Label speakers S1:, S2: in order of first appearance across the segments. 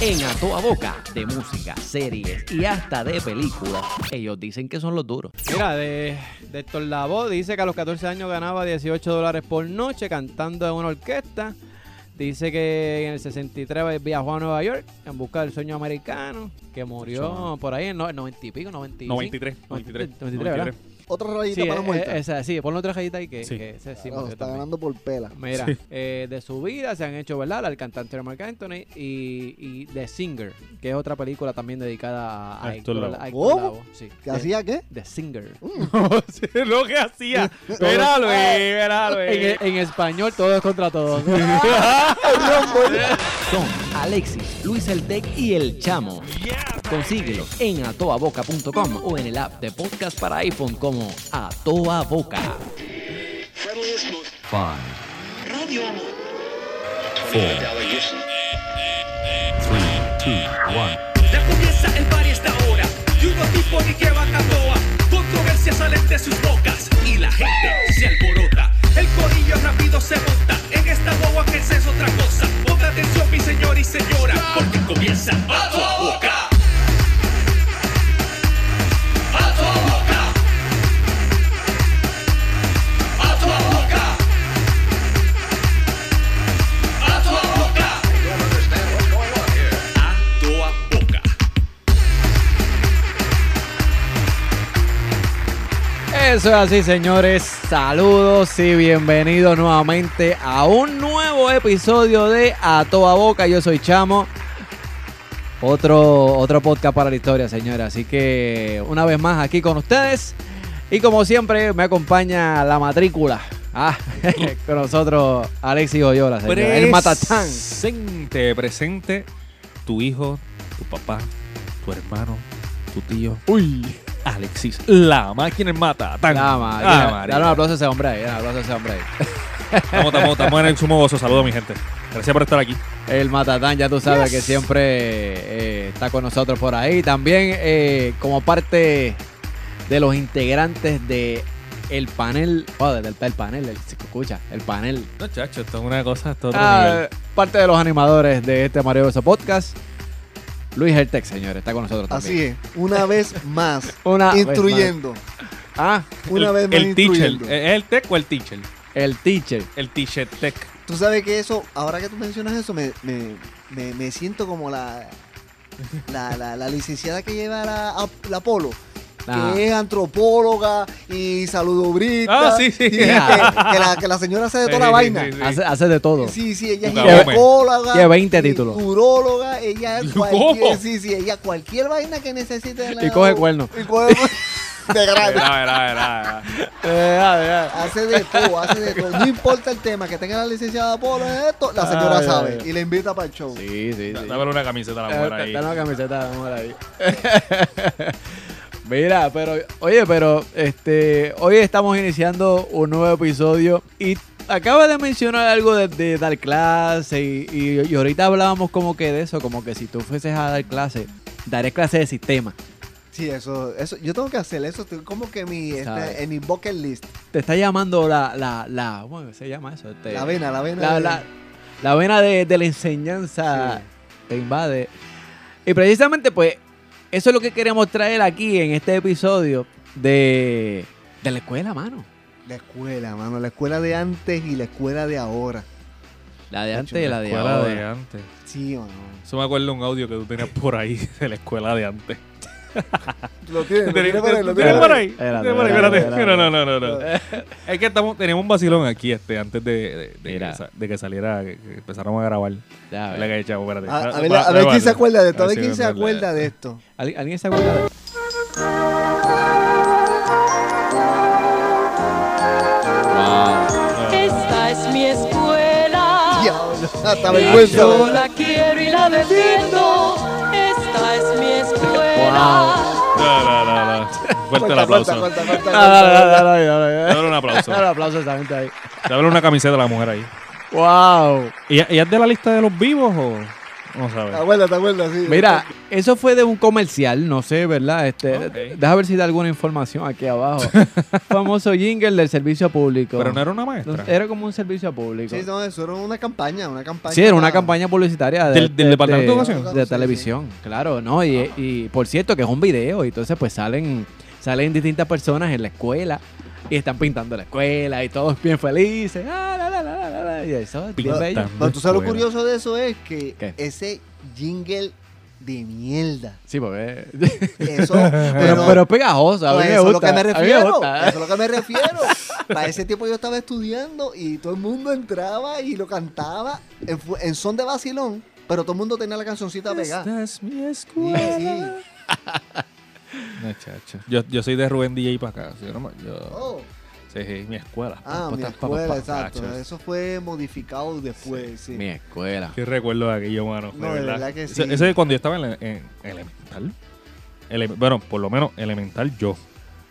S1: en A Toda Boca de música, series y hasta de películas. Ellos dicen que son los duros.
S2: Mira, de, de Héctor Lavoe dice que a los 14 años ganaba 18 dólares por noche cantando en una orquesta. Dice que en el 63 viajó a Nueva York en busca del sueño americano, que murió por ahí en no- 90 y pico, 95.
S3: 93, 93,
S2: 93, 93, ¿verdad?
S4: Otra
S2: Sí,
S4: rayita para
S2: eh,
S4: muerta.
S2: eh, esa, sí, ponle otra rayita ahí que,
S3: Sí.
S2: que ese sí
S4: Ah,
S2: murió
S4: está
S2: también.
S4: ganando por pela.
S2: Mira, eh, de su vida se han hecho, ¿verdad? El cantante Mark Anthony y, y The Singer, que es otra película también dedicada a,
S3: A Héctor
S2: Héctor-
S3: Lavoe.
S2: a Héctor
S4: ¿Cómo?
S2: Lavoe, Sí.
S4: ¿Qué
S2: The-
S4: hacía qué?
S2: The Singer.
S3: Sí, lo que hacía. Míralo, eh, míralo. eh.
S2: En, e, en español, todos contra todos.
S1: Son Alexis, Luis El Tec y El Chamo. Consíguelo en atoaboca.com o en el app de podcast para iPhone como A Toda Boca.
S5: Radio Amor.
S6: Ya comienza el bar y esta hora. Y uno tipo ni que va a toa. Controversia salen de sus bocas y la gente se alborota. El corillo rápido se monta en esta guagua que esa es otra cosa. Ponga atención, mi señor y señora, porque comienza a toda boca. A toda boca. A toda boca. A toda boca. A toda boca.
S2: Eso es así, señores. Saludos y bienvenidos nuevamente a un nuevo episodio de A Toda Boca. Yo soy Chamo. Otro, otro podcast para la historia, señores. Así que una vez más aquí con ustedes. Y como siempre, me acompaña la matrícula. Ah, con nosotros Alexis Oyola, señores.
S3: Pues,
S2: El Matatán.
S3: Presente, presente. Tu hijo, tu papá, tu hermano, tu tío.
S2: Uy.
S3: Alexis, la máquina en Matatán.
S2: La
S3: Ah,
S2: madre.
S3: María.
S2: Dale un aplauso a ese hombre ahí. Dale un aplauso a ese hombre ahí.
S3: Estamos, estamos, estamos en el sumo gozo. Saludos, mi gente. Gracias por estar aquí.
S2: El Matatán, ya tú sabes que siempre eh, está con nosotros por ahí. También eh, como parte de los integrantes de el panel, oh, del, del panel, el- se escucha, el panel.
S3: No, chacho, esto es una cosa, esto es otro
S2: Ah,
S3: nivel.
S2: parte de los animadores de este Mario Beso Podcast, Luis Hertex, señores, está con nosotros también.
S4: Así es, una vez más,
S2: Una Ah, vez
S4: instruyendo.
S2: más. Ah,
S4: Una
S3: el,
S4: vez más
S3: el teacher. Eh.
S4: instruyendo.
S3: ¿Es el tech o el teacher?
S2: el teacher.
S3: El teacher tech.
S4: Tú sabes que eso, ahora que tú mencionas eso, me, me, me, me siento como la, la, la, la licenciada que lleva la, a- la polo.
S2: Ah.
S4: Que es antropóloga y saludobrista.
S3: Ah, sí, sí.
S4: Y que, que la, que la señora hace de
S3: Sí, sí,
S4: toda la vaina.
S3: sí, sí.
S2: Hace, hace de todo.
S4: Sí, sí, ella es
S3: Nunca come.
S4: ginecóloga.
S2: Lleva 20 títulos.
S4: Uróloga, ella es
S3: ¿Cómo?
S4: cualquier, sí, sí, ella cualquier vaina que necesite. de la-
S2: Y coge cuernos.
S4: Y coge cuerno. De grande.
S3: Verá, verá, verá, verá.
S4: Hace de todo, hace de todo. No importa el tema, que tenga la licenciada Polo, esto, la señora
S2: Ay, ay,
S4: sabe.
S2: ay.
S4: Y le invita para el show.
S2: Sí, sí, sí.
S3: Dame una camiseta a la mujer ahí.
S2: Está la camiseta de amor ahí. Mira, pero, oye, pero este, hoy estamos iniciando un nuevo episodio y acaba de mencionar algo de, de dar clase y, y- y ahorita hablábamos como que de eso, como que si tú fueses a dar clase, daré clase de sistema.
S4: Sí, eso, eso, yo tengo que hacer eso, estoy como que mi, este,
S2: Sabe.
S4: en mi bucket list.
S2: Te está llamando la, la, la, ¿cómo se llama eso? Este,
S4: La vena, la vena.
S2: la,
S4: de-
S2: la, la vena de, de la enseñanza
S4: Sí.
S2: te invade. Y precisamente, pues, eso es lo que queremos traer aquí en este episodio de, de la escuela, mano.
S4: La escuela, mano, la escuela de antes y la escuela de ahora.
S1: La de antes
S4: y
S1: la de
S3: Escuela de
S1: ahora.
S3: antes.
S4: Sí, mano.
S3: Eso me acuerdo de un audio que tú tenías por ahí de la escuela de antes.
S4: Lo tiene, lo tiene
S3: ¿Tienes
S4: para ahí, lo tiene
S3: tienes
S4: para
S3: por
S4: ahí.
S3: ahí?
S2: Espérate,
S3: ¿Tienes por ahí?
S2: espérate,
S3: Espérate.
S2: espérate.
S3: No, no, no, no, no. Es que estamos, teníamos un vacilón aquí este, antes de, de- de
S1: Mira.
S3: que, sa- de que saliera, que, que empezáramos a grabar.
S2: Ya, a
S3: La
S2: ver.
S3: que chavo, espérate.
S4: Ah, A,
S2: Ah,
S3: Va-
S4: a ver,
S3: va-
S4: a ver
S3: va- Ah,
S4: quién se acuerda de esto, a
S3: ver
S4: ver
S3: si
S4: quién se
S3: me acuerdo.
S4: acuerda de esto.
S2: ¿Al- ¿Alguien se acuerda? de-
S7: Esta es mi escuela.
S4: Diablo, hasta
S7: Y
S4: vergüenza.
S7: yo la quiero y la defiendo. Esta es mi escuela.
S3: No, no, no, no. Fuerte el
S4: Corta, corta,
S3: aplauso.
S4: corta, corta,
S2: Ah, dale,
S4: corta.
S2: dale, dale, dale, dale.
S3: Dale un aplauso.
S2: Dale aplauso a esa gente ahí.
S3: Dale una camiseta a la mujer ahí.
S2: ¡Wow!
S3: ¿Ella, ella es de la lista de los vivos o Vamos a
S4: ¿Te
S3: ver.
S4: acuerdas? ¿Te acuerdas? Sí.
S2: Mira, eso fue de un comercial, no sé, ¿verdad? Este,
S3: Ok.
S2: Deja ver si da alguna información aquí abajo. Famoso jingle del servicio público.
S3: Pero no era una maestra.
S2: Era como un servicio público.
S4: Sí, no, eso era una campaña, una campaña.
S2: Sí, era una campaña publicitaria de-
S3: Del- del
S2: de-
S3: Departamento de Ah.
S4: Educación.
S2: De
S4: Sí, sí.
S2: televisión, claro, ¿no? Y, y, por cierto que es un video, y entonces pues salen, salen distintas personas en la escuela y están pintando la escuela y todos bien felices. Ah, la, la, la, la, la, la, y eso es bien bello.
S3: Pintando
S4: Pero tú sabes lo
S3: escuela.
S4: curioso de eso es que
S2: ¿Qué?
S4: ese jingle de mierda.
S2: Sí, porque...
S4: Eso,
S2: Pero, pero es pegajoso, a mí
S4: Pues
S2: me
S4: eso
S2: gusta.
S4: es lo que me
S2: a mí me
S4: refiero.
S2: gusta.
S4: Eso es lo que me refiero. Para ese tiempo yo estaba estudiando y todo el mundo entraba y lo cantaba en, fu- en son de vacilón, pero todo el mundo tenía la cancioncita pegada.
S3: Esta es mi
S4: Sí,
S3: escuela.
S4: sí.
S3: No, chacho. Yo, yo soy de Rubén DJ para acá. sí, no, yo-
S4: Oh,
S3: sí, sí, mi escuela.
S4: ah,
S3: Pa, pa,
S4: mi
S3: pa, pa,
S4: escuela,
S3: pa,
S4: exacto. eh.
S3: chacho.
S4: Eso fue modificado después, sí.
S2: Mi escuela.
S3: Qué recuerdo de aquello, mano.
S4: No, de verdad que
S3: Eso-
S4: sí.
S3: Eso es cuando yo estaba en, la- en elemental. Ele- bueno, por lo menos elemental yo.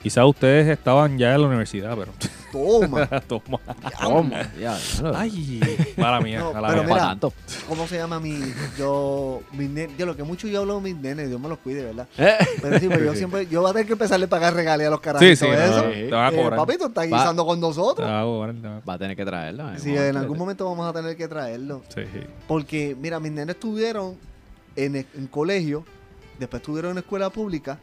S3: Quizás ustedes estaban ya en la universidad, pero.
S4: Toma.
S3: Toma.
S2: ¿Cómo? Ya, ya.
S3: Ay, mala mía.
S4: No,
S3: mala
S4: pero
S3: mía.
S2: Pa'
S4: mira,
S2: tanto.
S4: ¿Cómo se llama mi yo mis nenes? Yo lo que mucho yo hablo de mis nenes, Dios me los cuide, ¿verdad?
S2: Eh,
S4: Pero sí, pues yo siempre yo voy a tener que empezarle a pagar regalías a los
S3: Sí,
S4: carajitos
S3: sí, no,
S4: eso.
S3: no,
S2: Sí.
S3: te van a
S4: Eh,
S3: cobrar.
S4: papito, está
S2: Va-
S4: guisando con
S3: Te
S4: nosotros.
S3: van a cobrar. te van a-
S2: Va a tener que
S1: Ah,
S2: traerlo.
S4: Sí, en algún momento vamos a tener que traerlo.
S3: Sí, sí.
S4: Porque, mira, mis nenes estuvieron en, e- en colegio, después estuvieron en escuela pública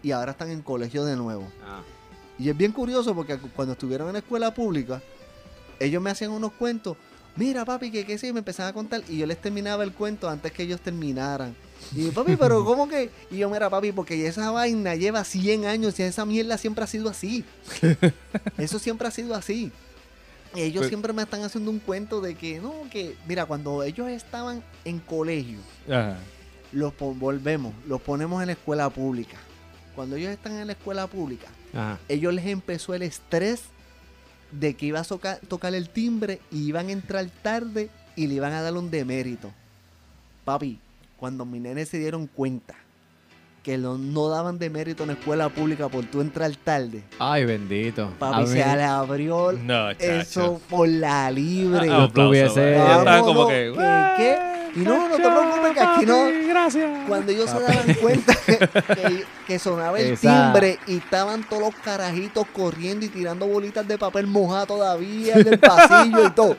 S4: y ahora están en colegio de nuevo.
S2: Ah.
S4: Y es bien curioso porque cu- cuando estuvieron en escuela pública, ellos me hacían unos cuentos. Mira, papi, que qué sé, yo", y me empezaban a contar y yo les terminaba el cuento antes que ellos terminaran. Y yo, papi, pero ¿cómo que? Y yo, mira, papi, porque esa vaina lleva 100 años y esa mierda siempre ha sido así. Eso siempre ha sido así. Ellos
S3: Pues-
S4: siempre me están haciendo un cuento de que, no, que, mira, cuando ellos estaban en colegio,
S3: Ajá.
S4: los pon- volvemos, los ponemos en la escuela pública. Cuando ellos están en la escuela pública,
S2: Ajá.
S4: ellos les empezó el estrés de que iba a soca- tocar el timbre y iban a entrar tarde y le iban a dar un demérito. Papi, cuando mis nenes se dieron cuenta que lo- no daban demérito en la escuela pública por tú entrar tarde,
S2: Ay, bendito.
S4: papi,
S2: A
S4: se
S2: mí-
S4: le abrió
S3: No, chacho.
S4: eso por la libre.
S3: Ah, aplauso,
S2: tuviese-
S3: ya estaba
S4: Vámonos,
S3: como
S4: que-
S3: que. ¡Ah!
S4: que- y no, no te preocupes que aquí no-
S3: Papi, Gracias.
S4: Cuando ellos se daban cuenta que, que- que sonaba el
S2: Esa-
S4: timbre y estaban todos los carajitos corriendo y tirando bolitas de papel mojado todavía en el pasillo y todo.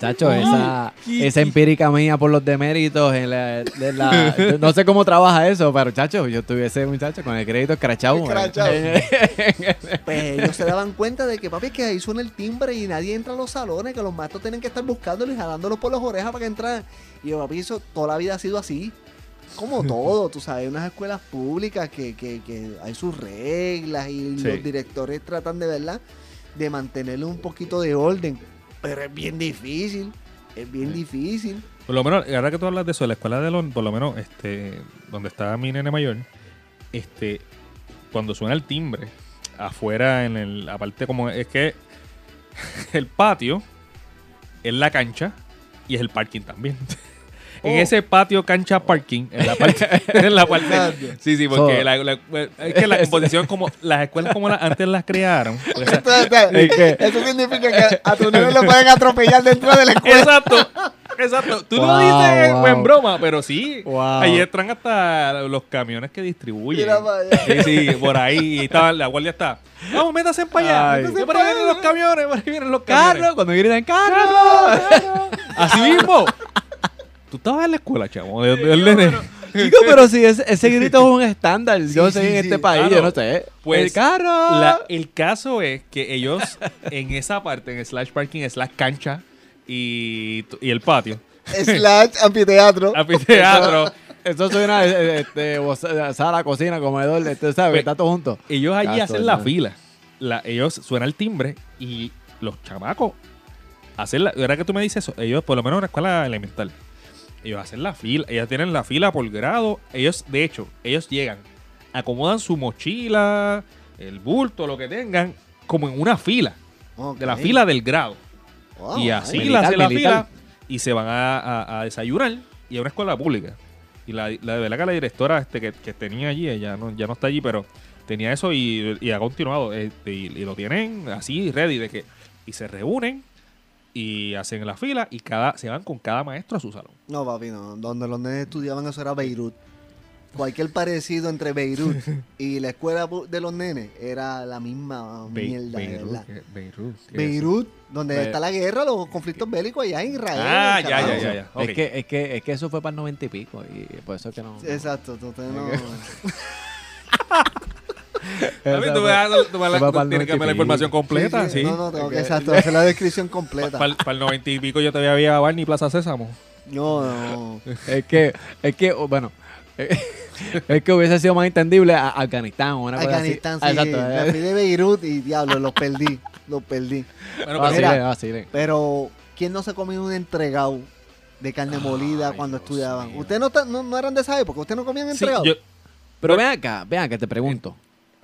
S2: Chacho, esa, esa empírica mía por los deméritos en la, de la- de- no sé cómo trabaja eso, pero chacho, yo estuviese muchacho con el crédito escrachado.
S4: Escrachado.
S2: eh.
S4: Pues ellos se daban cuenta de que papi que ahí suena el timbre y nadie entra a los salones, que los matos tienen que estar buscándolos y jalándolos por las orejas para que entraran. Y yo, papi, eso toda la vida ha sido así. Como todo, tú sabes, hay unas escuelas públicas que, que- que hay sus reglas y
S3: Sí.
S4: los directores tratan de verdad de mantenerle un poquito de orden. Pero es bien difícil, es bien difícil.
S3: Por lo menos, ahora que tú hablas de eso, de la escuela de Lon, por lo menos, este, donde está mi nene mayor, este, cuando suena el timbre, afuera en el, aparte como es que el patio es la cancha y es el parking también. En
S4: Oh.
S3: ese patio cancha parking, en la parte, en la parte-
S4: Exacto.
S3: sí, sí, porque
S2: So-
S3: la- la- es que la composición como las escuelas como las antes las crearon. pues porque esa-
S4: Eso significa que a tu niño lo pueden atropellar dentro de la escuela.
S3: Exacto. Exacto. Tú lo
S2: Wow,
S3: dices
S2: wow.
S3: en broma, pero sí.
S2: Wow.
S3: Ahí entran hasta los camiones que distribuyen.
S4: Mira para allá.
S3: Sí, sí, por ahí. estaba, la guardia está. Vamos, métase para allá.
S2: Ay.
S3: métase Por ahí vienen los camiones, por ahí vienen los camiones.
S2: Carlos, cuando gritan Carlos.
S3: Así mismo. Tú estabas en la escuela, chavo. ¿De dónde- dónde eres?
S2: Chico, pero si ese, ese grito es un estándar, yo sé
S4: sí,
S2: en
S4: sí,
S2: este país,
S3: claro.
S2: yo no sé.
S3: Pues,
S2: el Carlos.
S3: La- el caso es que ellos en esa parte, en slash parking, slash cancha y, y el patio,
S4: Slash anfiteatro.
S3: anfiteatro,
S2: Eso suena eh, este, boza- sala, cocina, comedor, este, ¿sabes?
S3: Pues,
S2: Está todo junto.
S3: Ellos allí
S2: Caso,
S3: hacen la
S2: ¿no?
S3: fila. La- ellos suena el timbre y los chamacos hacen la. Ahora que tú me dices eso, ellos, por lo menos en la escuela elemental, ellos hacen la fila. Ellos tienen la fila por grado. Ellos, de hecho, ellos llegan, acomodan su mochila, el bulto, lo que tengan, como en una fila, de la
S4: Ok.
S3: fila del grado.
S4: Wow,
S3: y así
S2: nice.
S3: la hacen la
S2: Militar,
S3: fila y se van a, a- a desayunar y a una escuela pública. Y la, la de verdad que la directora este, que, que tenía allí, ella no, ya no está allí, pero tenía eso y, y ha continuado. este, y, y lo tienen así, ready, de que. Y se reúnen y hacen la fila y cada se van con cada maestro a su salón.
S4: No, papi, no. Donde los nenes estudiaban eso era Beirut. Cualquier parecido entre Beirut y la escuela pu- de los nenes era la misma
S3: Be-
S4: mierda, de
S3: Beirut,
S4: verdad.
S3: ¿qué- Beirut. ¿qué es eso?
S4: Beirut, donde
S2: Be-
S4: está la guerra, los conflictos bélicos allá en Israel.
S3: Ah, ya,
S4: carajo.
S3: ya, ya, ya. Ok.
S2: Es, que, es, que, es que eso fue para el 90 y pico. Y por eso es que no.
S4: Exacto, tú- ustedes no-
S3: A mí tú me das- tú me das-
S2: Va pa'l
S3: tienes que darme
S2: 90 y pico.
S3: la información completa,
S4: Sí, sí,
S3: sí.
S4: No, no, tengo que exacto, hacer la descripción completa.
S3: Para el noventa y pico yo todavía había Barney y Plaza Sésamo.
S4: No, no.
S2: Es que, es que, oh, bueno, es que hubiese sido más entendible a Afganistán o una cosa así.
S4: Afganistán,
S2: Ah,
S4: sí.
S3: eh.
S4: Me fui de Beirut y diablo, los perdí. los perdí.
S3: Bueno,
S2: Vacile,
S3: pero
S4: mira.
S2: vacile.
S4: Pero, ¿quién no se comió un entregado de carne molida
S3: Ay,
S4: cuando
S3: Dios
S4: estudiaban?
S3: mío.
S4: Ustedes no, ta- no, no eran de esa época, ustedes no comían
S3: sí,
S4: entregado.
S3: yo-
S2: Pero ven acá, ven acá, te pregunto.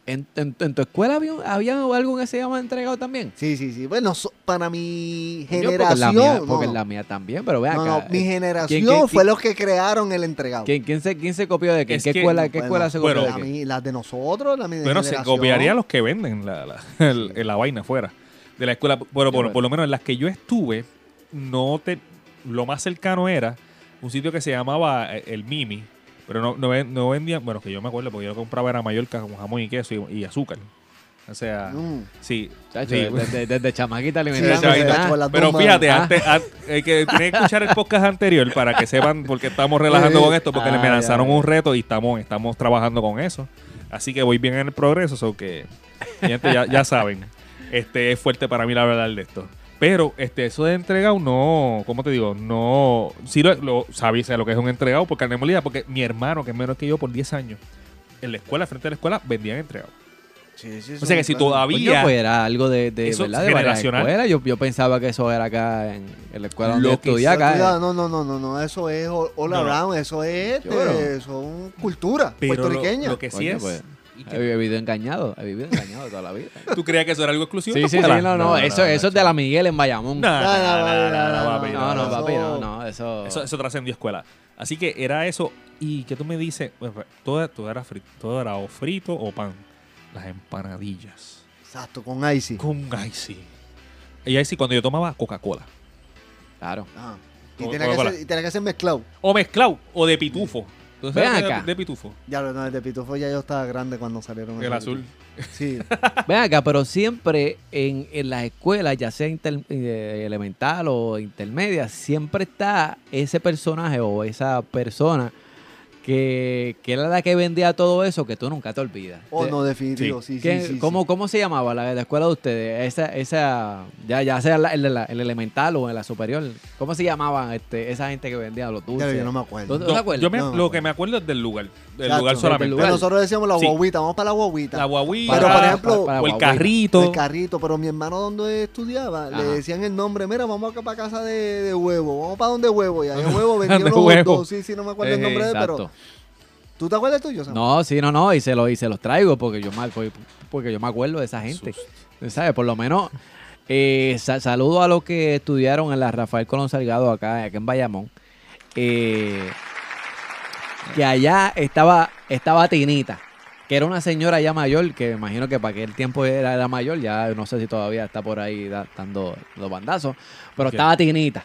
S2: ¿En, en, en tu escuela había, había algo que se llama entregado también?
S4: Sí, sí, sí. Bueno, so- para mi
S2: Yo,
S4: generación.
S2: porque la mía,
S4: no,
S2: porque
S4: no.
S2: la mía también, pero ven
S4: No,
S2: acá.
S4: no, mi
S2: eh,
S4: generación
S2: quién- quién-
S4: fue los que crearon el entregado.
S2: ¿quién, quién se, ¿Quién se copió de qué?
S3: Es
S2: ¿Qué
S3: que-
S2: escuela, qué
S4: Bueno,
S2: escuela se copió
S3: bueno,
S4: la
S2: de qué?
S4: mi- las de nosotros, las de mi
S3: Bueno, se
S4: generación.
S3: copiaría los que venden la, la, el- el- la vaina afuera de la escuela. Pero
S4: pues.
S3: por, por lo menos en las que yo estuve, no te, lo más cercano era un sitio que se llamaba eh, El Mimi. Pero no, no, ven- no vendían, bueno, que yo me acuerdo, porque yo lo compraba era Mallorca con jamón y queso y, y azúcar. O sea,
S4: Mm.
S3: sí.
S2: Chacho,
S3: sí.
S2: desde, desde chamaquita
S4: Sí,
S2: alimentando.
S3: Desde
S4: chacho,
S3: chavitas.
S4: con las
S3: Pero
S4: dos
S3: fíjate,
S2: Ah.
S3: antes,
S4: manos.
S3: an- hay que tienen que escuchar el podcast anterior para que sepan porque estamos relajando con esto, porque
S2: Ah,
S3: me
S2: ya,
S3: lanzaron
S2: ya.
S3: un reto y estamos, estamos trabajando con eso. Así que voy bien en el progreso, so que gente, ya, ya saben. Este es fuerte para mí la hablar de esto. Pero este, eso de entregado, no, ¿cómo te digo? No, sí lo, lo sabía, sé lo que es un entregado por carne molida, porque mi hermano, que es menor que yo por 10 años, en la escuela, frente a la escuela, vendían entregado.
S4: Sí, sí,
S3: O sea que
S4: son-
S3: si
S4: claro.
S3: todavía...
S2: Coño, pues era algo de, de,
S3: Eso es
S2: ¿verdad? de varias
S3: generacional.
S2: escuelas. Yo, yo pensaba que eso era acá en, en la escuela donde
S3: Lo
S2: yo
S3: que
S2: estudié
S4: Eso
S2: acá. eh,
S4: estudiaba- No, no, no, no, no, eso es all all
S3: eh. No, no.
S4: around, eso es, este,
S2: Claro.
S4: son cultura
S3: pero lo-
S4: puertorriqueña.
S3: Lo, que sí
S2: Coño,
S3: es...
S2: pues,
S3: y que-
S2: He he vivido engañado, he vivido engañado toda la vida.
S3: ¿Tú creías que eso era algo exclusivo?
S2: Sí, sí, sí,
S3: Ojalá.
S2: no, no, eso, eso es de la Miguel en Bayamón.
S3: No, no, no, no,
S4: no,
S3: no, papi,
S2: no, no,
S4: eso-
S2: papi, no, no, eso...
S3: Eso, eso trascendió escuela. Así que era eso. ¿Y que tú me dices? Pues, Todo, todo, era frito, todo era o frito o pan. Las empanadillas.
S4: Exacto, con Icy.
S3: Con icy. Y icy cuando yo tomaba Coca-Cola.
S2: Claro.
S4: Ah, Y
S3: Con
S4: tenía que,
S3: Coca-Cola.
S4: ser, y tenía que ser mezclado.
S3: O mezclado o de pitufo. ¿Tú sabes
S2: Ven
S3: de-
S2: acá.
S3: De, pitufo.
S4: Ya lo no, el de Pitufo ya yo estaba grande cuando salieron.
S3: El
S4: esos
S3: azul.
S4: pitufos. Sí.
S2: Ven acá, pero siempre en, en las escuelas, ya sea inter- eh, elemental o intermedia, siempre está ese personaje o esa persona que, que era la que vendía todo eso que tú nunca te olvidas.
S4: O
S2: De-
S4: Oh, no, definitivo. Sí, sí,
S2: ¿Qué-
S4: sí, sí.
S2: cómo, ¿Cómo se llamaba la, la escuela de ustedes? Esa, esa, ya, ya sea la- el, de la- el elemental o en la superior. ¿Cómo se llamaban este, esa gente que vendía los
S4: Ya
S2: dulces?
S4: yo no me
S2: ¿Tú-
S4: acuerdo.
S2: tú
S3: No,
S2: te acuerdas?
S3: Yo me-
S4: No, no
S3: lo
S4: me
S3: que me acuerdo es del lugar. Del
S4: Chacho,
S3: lugar
S4: del
S3: solamente.
S2: lugar.
S4: Pero nosotros decíamos la
S3: Sí.
S4: guaguita, vamos para la guaguita.
S3: La guaguita.
S4: Pero, por ejemplo,
S3: o el
S2: guaguita.
S3: carrito.
S4: El carrito, pero mi hermano donde estudiaba,
S2: Ajá.
S4: le decían el nombre, mira, vamos acá para casa de, de huevo, vamos para donde huevo, y ahí huevo vendía
S3: De
S4: unos
S3: Huevo.
S4: hot dogs, sí, sí, no me acuerdo el
S3: Eh,
S4: nombre de él, pero
S2: Exacto.
S4: ¿tú te acuerdas tuyo? Sam?
S2: No, sí, no, no, y se, lo, y se los traigo porque yo, me, porque- porque yo me acuerdo de esa gente. ¿Sabes? Por lo menos, eh, sa- saludo a los que estudiaron en la Rafael Colón Salgado acá, acá en Bayamón. eh, que allá estaba, estaba Tinita, que era una señora ya mayor, que me imagino que para aquel tiempo era, era mayor, ya no sé si todavía está por ahí da- dando los bandazos, pero
S3: Ok.
S2: estaba Tinita.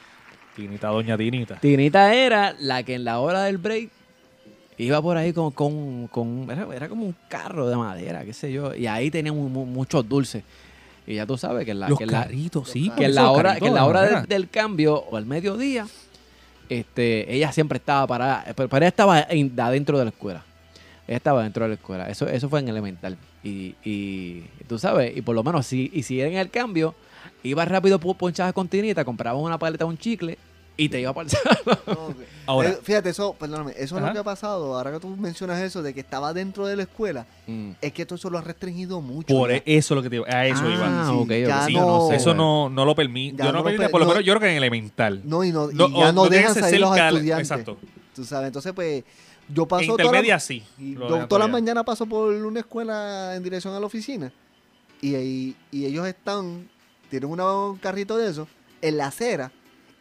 S3: Tinita, doña Tinita.
S2: Tinita era la que en la hora del break iba por ahí con, con, con- era, era como un carro de madera, qué sé yo, y ahí tenía mu- mu- muchos dulces. Y ya tú sabes que en la,
S3: Los
S2: Ah, que en la,
S3: carritos, sí.
S2: que en la
S3: los
S2: hora,
S3: carritos,
S2: que en la hora
S3: de
S2: del-
S3: verdad.
S2: del cambio o al mediodía, este, ella siempre estaba parada, pero, pero ella estaba en- adentro de la escuela. Ella estaba dentro de la escuela. Eso, eso fue en elemental. Y, y tú sabes, y por lo menos si, y si era en el cambio, iba rápido po- ponchada con tinita, comprabas una paleta, un chicle y te iba para el
S4: No, ok.
S3: Ahora.
S4: Eh, fíjate, eso, perdóname, eso es
S3: Ajá.
S4: lo que ha pasado, ahora que tú mencionas eso, de que estaba dentro de la escuela, es que todo eso lo ha restringido mucho.
S3: Por e-,
S4: ya.
S3: eso es lo que te digo. A eso
S2: Ah,
S3: iba.
S4: Sí,
S2: ok, ok.
S4: ya
S3: Sí,
S4: no,
S3: eso no, no lo permite.
S4: Ya
S3: Yo no,
S4: no
S3: lo
S4: lo
S3: permito,
S4: per-
S3: por lo
S4: no-
S3: menos yo creo que en elemental.
S4: No, y, no, y
S3: No,
S4: ya
S3: o-
S4: no,
S3: no tiene
S4: dejan
S3: que
S4: salir
S3: ser
S4: los
S3: cal-
S4: estudiantes.
S3: exacto.
S4: Tú sabes, entonces pues yo
S3: En
S4: paso toda
S3: intermedia
S4: la,
S3: sí.
S4: y
S3: lo
S4: yo
S3: dejan
S4: toda la
S3: todavía.
S4: mañana paso por una escuela en dirección a la oficina y, ahí- y ellos están, tienen una- un carrito de eso en la acera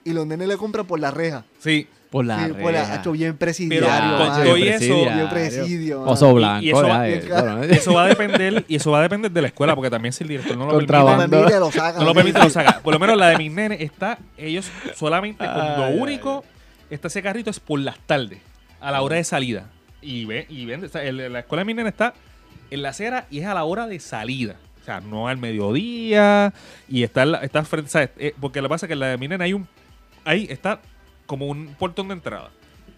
S4: y los nenes le compran por la reja.
S3: Sí.
S2: Por la
S4: Sí, por la-
S2: reja.
S4: hacho, bien
S3: Pero
S4: presidiario.
S2: Diario,
S3: con
S4: mano.
S3: todo y
S2: Bien
S3: eso,
S2: presidiario.
S4: Bien presidio. mano.
S2: Oso blanco.
S3: Y eso va-
S2: ¿verdad? Eh, bueno, eh.
S3: eso va a depender y eso va a depender de la escuela porque también si el director no lo permite
S4: No
S2: Contrabando.
S4: lo permite, lo sacan.
S3: no lo permite lo saca por lo menos la de mis nenes está ellos solamente con lo único está ese carrito es por las tardes a la hora de salida y ve y ven o sea, el- la escuela de mis nenes está en la acera y es a la hora de salida o sea no al mediodía y está en la- está frente ¿sabes? Eh, porque lo que pasa es que en la de mis nenes hay un ahí está como un portón de entrada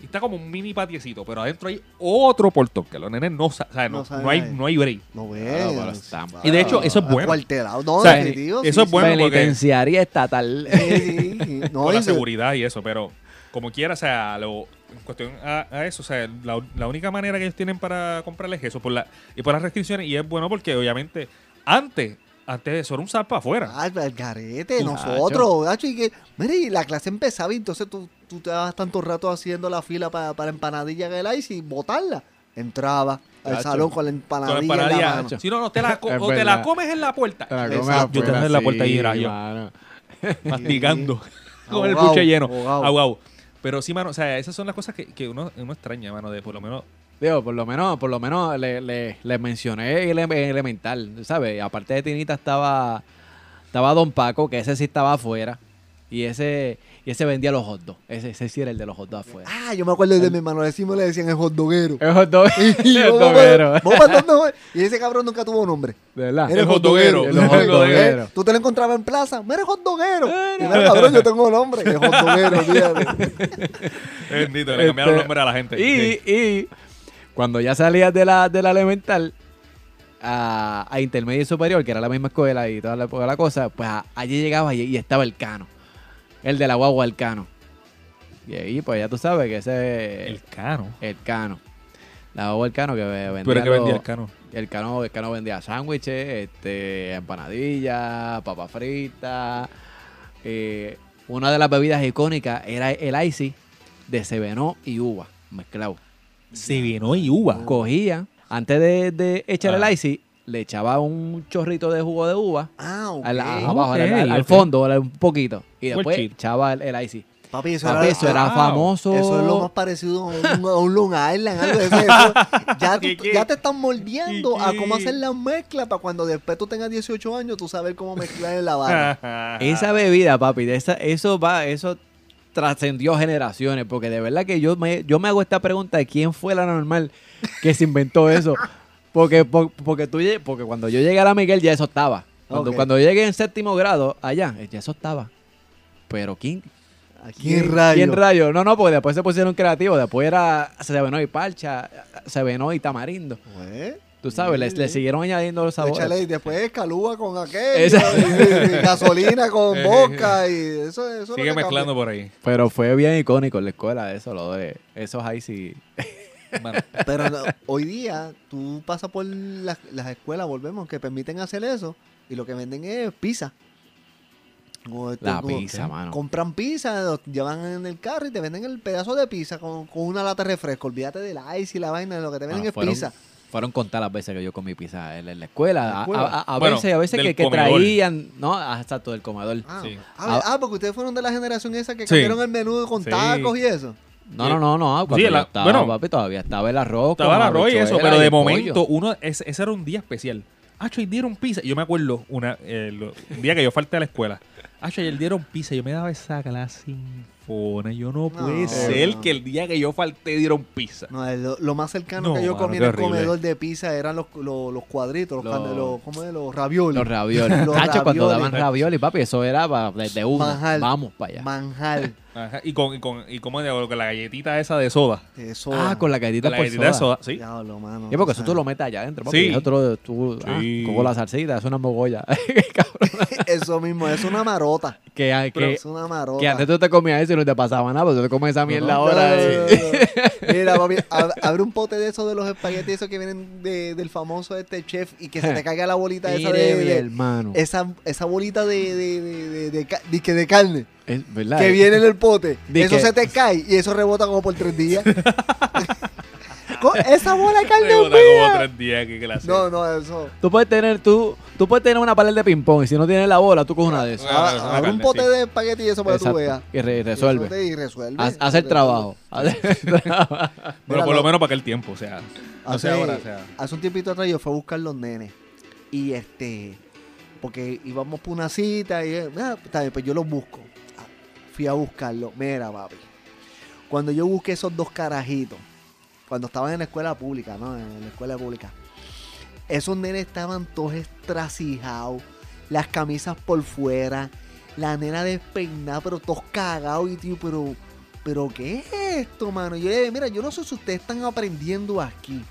S3: y está como un mini patiecito, pero adentro hay otro portón que los nenes no, sa- o sea, no,
S4: No saben
S3: no hay,
S4: ahí.
S3: no hay break.
S4: No
S2: Ah, pero
S4: veas.
S2: está-
S3: Y de hecho, eso es bueno.
S4: Acuartelado. No,
S3: O sea,
S4: Oh, definitivo.
S3: eso
S4: sí,
S3: es bueno porque eh,
S1: Penitenciaría estatal.
S4: sí, sí, sí. No,
S3: con la
S4: y de-
S3: seguridad y eso, pero como quiera, o sea, lo, en cuestión a, a eso, o sea, la, la única manera que ellos tienen para comprarles eso por la, y por las restricciones, y es bueno porque obviamente antes, antes eso era un zap para afuera.
S4: Ah, el garete, nosotros, gacho, y que, mire, y la clase empezaba y entonces tú, tú te dabas tanto rato haciendo la fila pa- para empanadilla que la hice y botarla. Entraba al
S2: Gacho.
S4: salón con la
S3: Con la
S4: empanadilla, en la
S3: empanadilla.
S4: mano.
S3: si no, no te la, co-
S2: Es
S3: o te la
S2: verdad. Ah,
S3: comes en la puerta,
S2: Te la
S4: Exacto.
S2: comes afuera,
S3: Yo estaba en la puerta y
S2: sí,
S3: era yo.
S2: mano.
S3: masticando con el
S4: Ahogado,
S3: buche lleno.
S4: ahogado.
S3: Ahogado. Pero sí, mano, o sea, esas son las cosas que, que uno, uno extraña, mano, de por lo menos
S2: Digo, por lo menos, por lo menos le, le, le mencioné el em- elemental, ¿sabes? Aparte de Tinita estaba, estaba Don Paco, que ese sí estaba afuera. Y ese, y ese vendía los hot dogs. Ese, ese sí era el de los hot dogs afuera.
S4: Ah, yo me acuerdo de mi hermano, le decimos, le decían el hotdoguero.
S2: El hot dog.
S4: Y yo,
S2: el
S4: vamos pa-
S2: doguero.
S4: vamos pa' donde voy. Y ese cabrón nunca tuvo nombre.
S2: De verdad.
S4: Era
S3: el hotdoguero.
S2: Ah, El
S4: hotdoguero.
S2: hot doguero.
S4: ¿Eh? Tú te lo encontrabas en plaza. Mira, el hotdoguero. Y no, cabrón, yo tengo nombre. El hotdoguero, fíjate.
S3: Bendito, le cambiaron
S2: Este,
S3: el nombre a la gente. Sí.
S2: Y, y cuando ya salías de la, de la elemental a, a intermedio y superior, que era la misma escuela y toda la, toda la cosa, pues a- allí llegabas y, y estaba el cano. El de la guagua, el cano. Y ahí, pues ya tú sabes que ese
S3: el
S2: es
S3: cano.
S2: el, cano. La guagua, el cano que ve- vendía.
S3: Pero que vendía
S2: los-
S3: el cano.
S2: El cano, el cano vendía sándwiches, este, empanadillas, papas fritas. eh, una de las bebidas icónicas era el icy de cebenó y uva mezclado.
S3: Se vino y uva.
S2: Cogía, antes de, de echar
S3: Ah.
S2: el icy, le echaba un chorrito de jugo de uva
S4: Ah, ok.
S2: al, abajo, al- al,
S3: Ok,
S2: al
S3: ok.
S2: fondo, al- un poquito. Y después
S3: Fuerchito.
S2: echaba el, el icy.
S4: Papi, eso
S2: Papi,
S4: era,
S2: eso era
S3: wow.
S2: famoso.
S4: Eso es lo más parecido a un, a un Long Island, algo de eso. eso- ya, tú-
S3: ¿Qué, qué?
S4: ya te están moldeando a cómo
S3: ¿Qué, qué?
S4: hacer las mezclas para cuando después tú tengas 18 años, tú sabes cómo mezclar en la barra.
S3: Ah,
S4: Ah.
S2: Esa bebida, papi, de esa, eso va, eso trascendió generaciones, porque de verdad que yo me, yo me hago esta pregunta de quién fue la normal que se inventó eso. Porque, por- porque, tú, lle- porque cuando yo llegué a la Miguel ya eso estaba. Cuando,
S4: Ok.
S2: cuando yo llegué en séptimo grado, allá, eh, ya eso estaba. Pero ¿quién?
S4: ¿A quién rayo?
S2: ¿Quién rayo? No, no, porque después se pusieron creativos. Después era Sevenó y Parcha, Sevenó y Tamarindo.
S4: Pues,
S2: Tú sabes, le, le siguieron añadiendo los sabores.
S4: échale, y después calúa con aquello,
S2: Esa-
S4: y- y gasolina con boca y eso, eso es lo
S3: Sigue
S4: que
S3: mezclando
S4: cambia.
S3: por ahí.
S2: Pero fue bien icónico en la escuela eso, lo de esos ahí sí.
S3: Mano,
S4: Pero no, hoy día tú pasas por las, las escuelas, volvemos, que permiten hacer eso y lo que venden es pizza. Como este-
S2: La
S4: como-
S2: pizza, mano.
S4: Compran pizza, lo llevan en el carro y te venden el pedazo de pizza con, con una lata de refresco. Olvídate del ice y la vaina, lo que te venden
S2: Mano,
S4: es pizza.
S2: Ah, Fueron contadas las veces que yo comí pizza en, en la escuela. A-
S4: escuela?
S2: A, a- a
S3: Bueno,
S2: veces, a veces
S3: del
S2: que, que
S3: comedor.
S2: traían, ¿no? Hasta todo el comedor.
S4: Ah,
S3: Sí.
S4: ah, ver- ah, porque ustedes fueron de la generación esa que
S3: Sí.
S4: cambiaron el menú con
S3: Sí.
S4: tacos y eso.
S2: No, no, no, no. Cuando
S3: Sí,
S2: yo
S3: la-
S2: estaba,
S3: bueno.
S2: papi, todavía estaba el arroz. con
S3: Estaba el arroz y eso,
S2: habichuela
S3: pero
S2: y
S3: de
S2: el pollo.
S3: momento, uno, ese, ese era un día especial. Acho, y dieron pizza. Yo me acuerdo una, eh, lo- un día que yo falté a la escuela. Acho, ayer dieron pizza. Yo me daba esa clase sinfona. Yo no, puede
S4: No.
S3: ser que el día que yo falté dieron pizza.
S4: No, el- lo, lo más cercano
S3: No,
S4: que yo
S3: mano,
S4: comí
S3: qué
S4: en el
S3: horrible.
S4: comedor de pizza eran los, los, los cuadritos, los,
S2: Los-
S4: cande- los- ¿cómo es? Los raviolis.
S2: Los ravioles.
S4: Los
S2: Tacho, cuando daban
S4: ravioles.
S2: ravioles, papi, eso era pa- desde uno.
S4: Manjar.
S2: Vamos para allá.
S4: Manjar.
S3: Ajá, Y con, y con, y como digo, con la galletita esa de soda.
S4: Eso.
S2: ah, con la galletita
S3: la
S2: por
S3: galletita de
S2: soda.
S3: soda, sí.
S4: Diablo, mano.
S2: Sí, porque eso
S4: sabes.
S2: tú lo metes allá adentro, papi.
S3: Sí.
S2: y Eso tú, lo- tú- ah,
S3: Sí.
S2: como la salsita, es una mogolla.
S4: Eso mismo, es una marota.
S2: que, ah, que,
S4: es una marota.
S2: que antes tú te comías eso y no te pasaba nada, pero tú te comes esa mierda
S4: No,
S2: ahora. eh.
S4: no,
S2: de-
S4: no, no. Mira, papi, ab- abre un pote de esos de los espaguetis esos que vienen de- del famoso este chef y que se te caiga la bolita esa
S2: Mire,
S4: de,
S2: mi
S4: de-
S2: hermano.
S4: esa, esa bolita de, de, de, de- de ca- disque de carne
S2: Es verdad.
S4: que
S2: eh.
S4: viene en el pote.
S2: Disque-
S4: Eso se te cae y eso rebota como por tres días. Co- ¡Esa bola de carne
S3: Me bota
S4: mía!
S3: como tres días que clase.
S4: No, no, eso.
S2: Tú puedes tener, tú, tú puedes tener una pared de ping-pong y si no tienes la bola, tú coges una de esas.
S3: Ah,
S4: Ah,
S3: es una
S4: abre un
S3: carne,
S4: pote
S3: sí.
S4: de espagueti y eso para que tú
S2: Exacto.
S4: veas.
S2: Y re-
S4: Y eso
S2: resuelve.
S4: te- Y resuelve.
S2: Haz- Haz el trabajo. Haz el trabajo.
S3: Bueno,
S4: Mira,
S3: por
S4: lo-
S3: lo menos para aquel tiempo, o sea. No
S4: Hace,
S3: sé ahora, o sea.
S4: hace un tiempito atrás yo fui a buscar los nenes. Y este. Porque íbamos por una cita y. eh, ah, está bien, pues yo los busco. Ah, Fui a buscarlos. Mira, papi. Cuando yo busqué esos dos carajitos, cuando estaban en la escuela pública, ¿no? En la escuela pública. Esos nenes estaban todos estrasijados. Las camisas por fuera. La nena despeinada, pero todos cagados. Y tío, pero. ¿Pero qué es esto, mano? Yo le dije, mira, yo no sé si ustedes están aprendiendo aquí,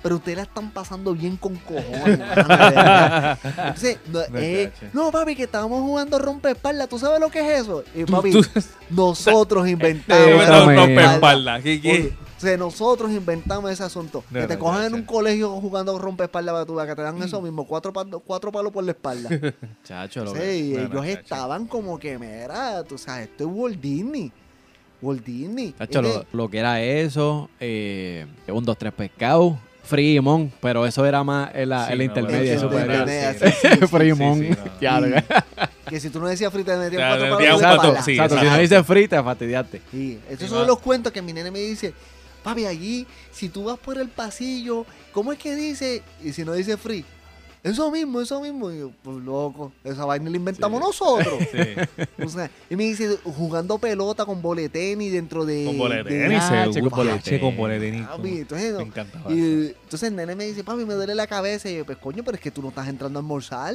S4: pero ustedes la están pasando bien con cojones, mano, de verdad. Entonces, no, eh,
S3: Muchacho.
S4: no, papi, que estábamos jugando rompeespaldas. ¿Tú sabes lo que es eso? Y, papi, nosotros inventamos.
S2: Eso
S4: el
S3: no,
S2: me-
S3: rompeespaldas. ¿Qué, qué?
S4: o sea, nosotros inventamos ese asunto.
S3: No,
S4: que te
S3: no, Mm.
S4: cojan
S3: ya
S4: en
S3: sé.
S4: un colegio jugando rompeespaldas para tu vida, que te dan eso mismo, cuatro, palos- cuatro palos por la espalda.
S2: Chacho, lo que-
S4: sí,
S3: no, no,
S4: ellos
S3: chacho.
S4: estaban como que, mira, tú sabes, esto es Walt Disney. Walt Disney.
S2: Chacho,
S4: Es
S2: lo, lo que era eso, eh, un, dos, tres pescados, Pues, Frimón, pero eso era más en
S4: Ah,
S2: la,
S3: Sí,
S2: en la
S3: no,
S2: intermedia y
S4: eso
S3: bueno,
S4: puede
S2: superior.
S3: sí,
S4: ser.
S3: sí, sí, sí,
S2: Frimón.
S3: sí, no.
S2: Ya, lo que-
S4: que- que si tú no decías frita, te metían
S3: Te
S4: cuatro palos
S3: metían
S4: por
S3: un
S4: la
S3: pato,
S4: espalda.
S3: sí,
S2: Exacto, si no
S3: exacto.
S2: dices frita, fastidiaste.
S4: Sí, esos
S3: Sí,
S4: son
S3: va.
S4: los cuentos que mi nene me dice, papi, allí, si tú vas por el pasillo, ¿cómo es que dice? Y si no dice free, eso mismo, eso mismo. Y yo, pues loco, esa vaina la inventamos nosotros.
S3: Sí.
S4: O sea, y me dice, jugando pelota con boletén y dentro de...
S3: Con
S4: de-
S3: boletenis,
S4: Ah,
S3: seguro.
S4: papi,
S3: Che, Con boletenis.
S4: papi,
S3: como- Me
S4: entonces, no.
S3: encantaba.
S4: Ah, Y
S3: eso.
S4: eh, entonces el nene me dice, papi, me duele la cabeza. Y yo, pues coño, pero es que tú no estás entrando a almorzar.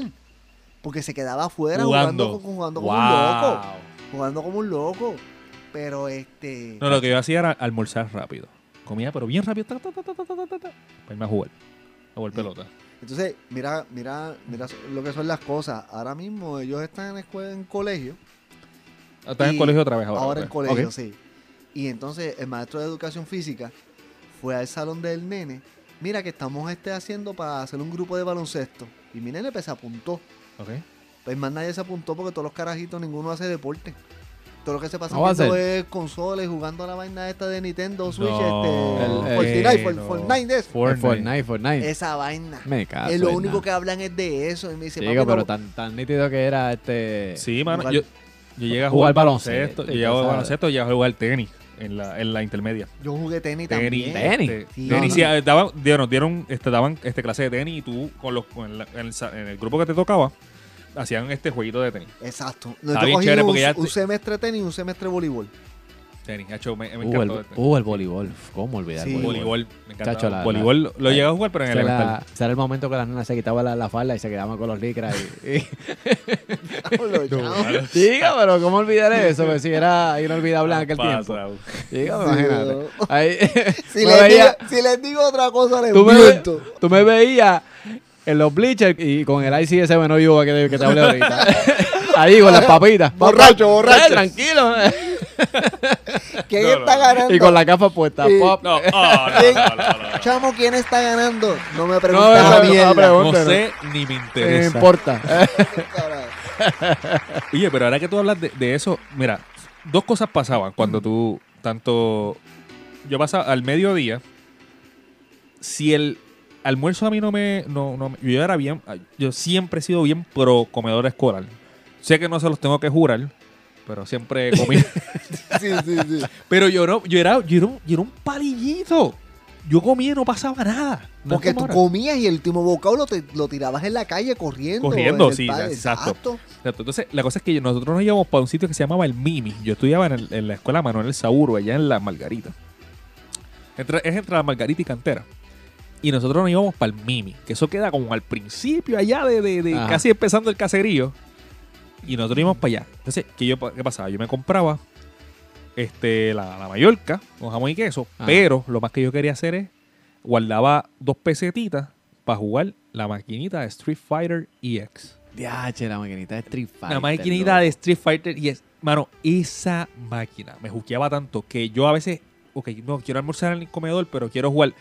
S4: Porque se quedaba afuera jugando,
S3: Jugando.
S4: con- jugando como un loco.
S3: Wow.
S4: Jugando como un loco. Pero este...
S3: No, lo que yo hacía era almorzar rápido. Comía, pero bien rápido. ta, ta, ta, ta, ta, ta, ta, ta, para irme a jugar. A jugar pelota.
S4: Entonces, mira, mira, mira lo que son las cosas. Ahora mismo ellos están en escuela, en colegio.
S3: Ah, Estás
S4: Y
S3: en colegio otra vez ahora. pues.
S4: Ahora, en
S3: otra vez.
S4: colegio,
S3: Ok.
S4: sí. Y entonces el maestro de educación física fue al salón del nene. Mira que estamos este, haciendo para hacer un grupo de baloncesto. Y mi nene pues, se apuntó.
S3: Ok.
S4: Pues más nadie se apuntó porque todos los carajitos ninguno hace deporte. Todo lo que se pasa
S2: No va a
S4: viendo
S2: ser.
S4: es consolas y jugando a la vaina esta de Nintendo Switch,
S3: No,
S4: este,
S2: El-
S4: Fortnite,
S3: pero-
S4: For- Fortnite, eso.
S3: Fortnite.
S2: Fortnite, Fortnite.
S4: esa vaina.
S2: Me cago.
S4: Es lo
S2: en
S4: único
S2: nada.
S4: que hablan es de eso. Y me dice,
S2: Chico,
S4: "Papi, no-
S2: pero tan, tan nítido que era este.
S3: Sí, mano.
S4: Jugar-
S3: Yo, yo llegué a
S2: Jugar
S3: jugar,
S2: baloncesto,
S3: baloncesto. Yo
S2: y
S3: llegué a jugar
S2: cosas.
S3: baloncesto y llegué a jugar tenis en la, en la intermedia.
S4: Yo jugué tenis,
S3: Tenis.
S4: también.
S2: Tenis.
S3: este,
S4: Sí.
S3: tenis,
S4: No,
S3: sí,
S4: no.
S3: eh, daban, dieron, dieron, este, daban este clase de tenis y tú con los, con la- en, el, sa- en el grupo que te tocaba hacían este jueguito de tenis.
S4: Exacto.
S3: Está
S4: yo
S3: bien
S4: cogí
S3: chévere
S4: un,
S3: porque ya te-
S4: un semestre tenis y un semestre voleibol.
S3: Tenis, hecho, me, me
S2: Uh,
S3: encantó.
S2: el,
S3: este.
S2: uh, el voleibol. Uf, ¿Cómo olvidar
S4: Sí.
S2: el voleibol?
S3: voleibol, me encantaba.
S2: Chacho, la-
S3: voleibol lo- lo
S2: la-
S3: llegué a jugar, pero en
S2: Ese
S3: el elemental.
S2: era, ese era el momento que las nenas se quitaban la, la falda y se quedaban con los licras. Y, y-
S4: Diablo, chao.
S2: Diga, pero ¿cómo olvidar eso? Que si era inolvidable en aquel tiempo.
S3: Pasa,
S2: Diga,
S4: Sí,
S2: imagínate. Ahí,
S4: Si,
S2: me
S4: les
S2: veía-
S4: digo, si les digo otra cosa, les
S2: tú, me, ve-
S4: miento.
S2: tú me veías en los bleachers y con el ICSM no iba que, te- que te hablé ahorita. Ahí con las papitas.
S4: Borracho, borracho.
S2: Eh, tranquilo.
S4: ¿Quién
S3: No, no,
S4: está
S3: no.
S4: ganando?
S2: Y con la capa puesta.
S4: Sí.
S2: Pop.
S3: No, ah, no, no, no, no, no.
S4: Chamo, ¿quién está ganando? No me
S2: No,
S4: preguntas
S2: no,
S4: la
S2: no, no,
S4: mierda.
S2: pero- eh,
S3: No sé ni me
S2: No
S3: interesa.
S2: importa.
S4: Carajo.
S3: Oye, pero ahora que tú hablas de, de eso, mira, dos cosas pasaban cuando tú tanto. Yo pasaba al mediodía. Si el almuerzo a mí no me. No, no me- yo era bien. Yo siempre he sido bien pro comedor escolar. Sé que no se los tengo que jurar, pero siempre comí.
S4: Sí, sí, sí.
S3: pero yo no, yo era, yo era un, yo era un palillito. Yo comía y no pasaba nada. No
S4: Porque
S3: es como
S4: tú
S3: ahora.
S4: comías y el último bocado lo, te- lo tirabas en la calle corriendo.
S3: Corriendo,
S4: en el
S3: sí, exacto.
S4: exacto.
S3: Exacto. Entonces, la cosa es que nosotros nos íbamos para un sitio que se llamaba el Mimi. Yo estudiaba en, el- en la escuela Manuel Sauro, allá en la Margarita. Entre- es entre la Margarita y Cantera. Y nosotros nos íbamos para el Mimi, que eso queda como al principio, allá de, de- de
S2: Ajá.
S3: casi empezando el caserío. Y nosotros íbamos para allá. Entonces, ¿qué, yo, pa- qué pasaba? Yo me compraba este, la, la Mallorca con jamón y queso,
S2: Ajá.
S3: pero lo más que yo quería hacer es guardaba dos pesetitas para jugar la maquinita de Street Fighter E EX.
S2: Diache, la maquinita de Street Fighter.
S3: La maquinita de Street Fighter y es, mano, esa máquina me juqueaba tanto que yo a veces, ok, no quiero almorzar en el comedor, pero quiero jugar.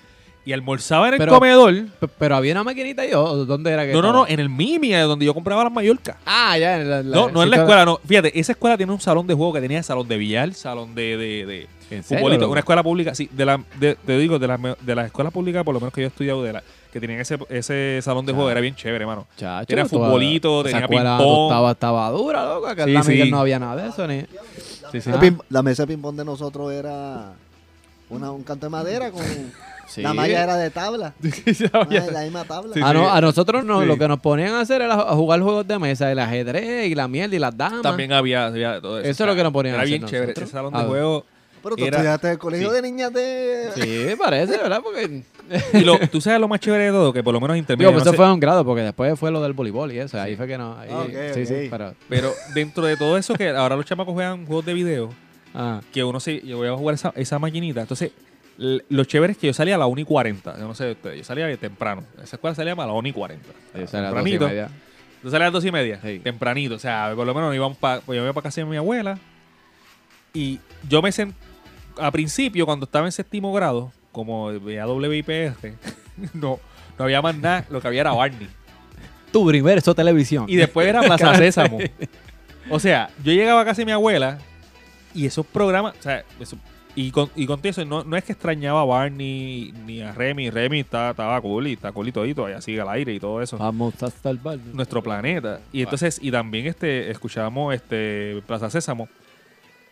S3: y almorzaba en el
S2: Pero-
S3: comedor.
S2: P- Eh, Pero había una maquinita yo, ¿o ¿dónde era que
S3: No, no,
S2: estaba?
S3: no, en el Mimi, eh, donde yo compraba las Mallorca.
S2: Ah, ya, en la,
S3: No, no en
S2: sí,
S3: la
S2: claro.
S3: escuela, no. Fíjate, esa escuela tiene un salón de juego que tenía salón de billar, salón de, de, de
S2: ¿En serio,
S3: futbolito.
S2: loco?
S3: Una escuela pública, sí, de la, de- te digo, de las me- de las escuelas públicas, por lo menos que yo he estudiado, de la, que tenían ese, ese salón de juego,
S2: Chao.
S3: era bien chévere, hermano.
S2: Chacho,
S3: Era
S2: toda-
S3: futbolito,
S2: esa
S3: tenía
S2: escuela
S3: ping-pong.
S2: Estaba, estaba dura, loco. Acá en
S3: Sí,
S2: la Miguel
S3: sí.
S2: no había nada de eso. Ni... ¿Ah? Sí, sí.
S3: Ah.
S4: La pin- La mesa de ping-pong de nosotros era una- un canto de madera con.
S2: Sí.
S4: La malla era de tabla. Ah, la misma tabla.
S3: Sí,
S2: a, no-
S3: sí.
S2: a nosotros no,
S3: Sí.
S2: lo que nos ponían a hacer era a jugar juegos de mesa, el ajedrez y la mierda y las damas.
S3: También había, había todo eso.
S2: Eso es lo que nos ponían a
S3: Era
S2: hacer
S3: bien chévere.
S2: nosotros. Ah,
S3: Ese salón
S2: A
S3: de
S2: ver.
S3: juego.
S4: Pero tú
S3: era-
S4: estudiaste en el colegio
S3: sí.
S4: de niñas de.
S2: Sí, parece, ¿verdad? Porque.
S3: Y lo, tú sabes lo más chévere de todo, que por lo menos intermedio.
S2: Digo, pues
S3: no
S2: eso
S3: sé-
S2: fue a un grado, porque después fue lo del voleibol y eso. Ahí fue que no. ahí-
S4: Ah, ok,
S2: sí, sí,
S4: ok.
S2: pero.
S3: Pero dentro de todo eso, que ahora los chamacos juegan juegos de video,
S2: Ah,
S3: que uno se. Yo voy a jugar esa, esa maquinita. Entonces, l- lo chévere es que yo salía a las 1 y 40. Yo no sé de ustedes, yo salía de temprano. Esa escuela salía para las 1 y 40.
S2: esa era dos y
S3: tempranito.
S2: media.
S3: Yo salía a las 2 y media,
S2: Sí.
S3: tempranito. O sea, por lo menos íbamos pa- pues yo me iba para casa de mi abuela. Y yo me senté. A principio, cuando estaba en séptimo grado, como veía WIPR, no, no había más nada. Lo que había era Barney.
S2: Tu primer so televisión.
S3: Y después era Plaza Sésamo. O sea, yo llegaba a casa de mi abuela y esos programas, o sea, eso- y, con, y con todo eso, no, no es que extrañaba a Barney ni a Remy. Remy está- estaba cool y está cool y todito, allá sigue al aire y todo eso.
S2: Vamos a salvar.
S3: Nuestro planeta. Y entonces, y también este, escuchábamos este, Plaza Sésamo.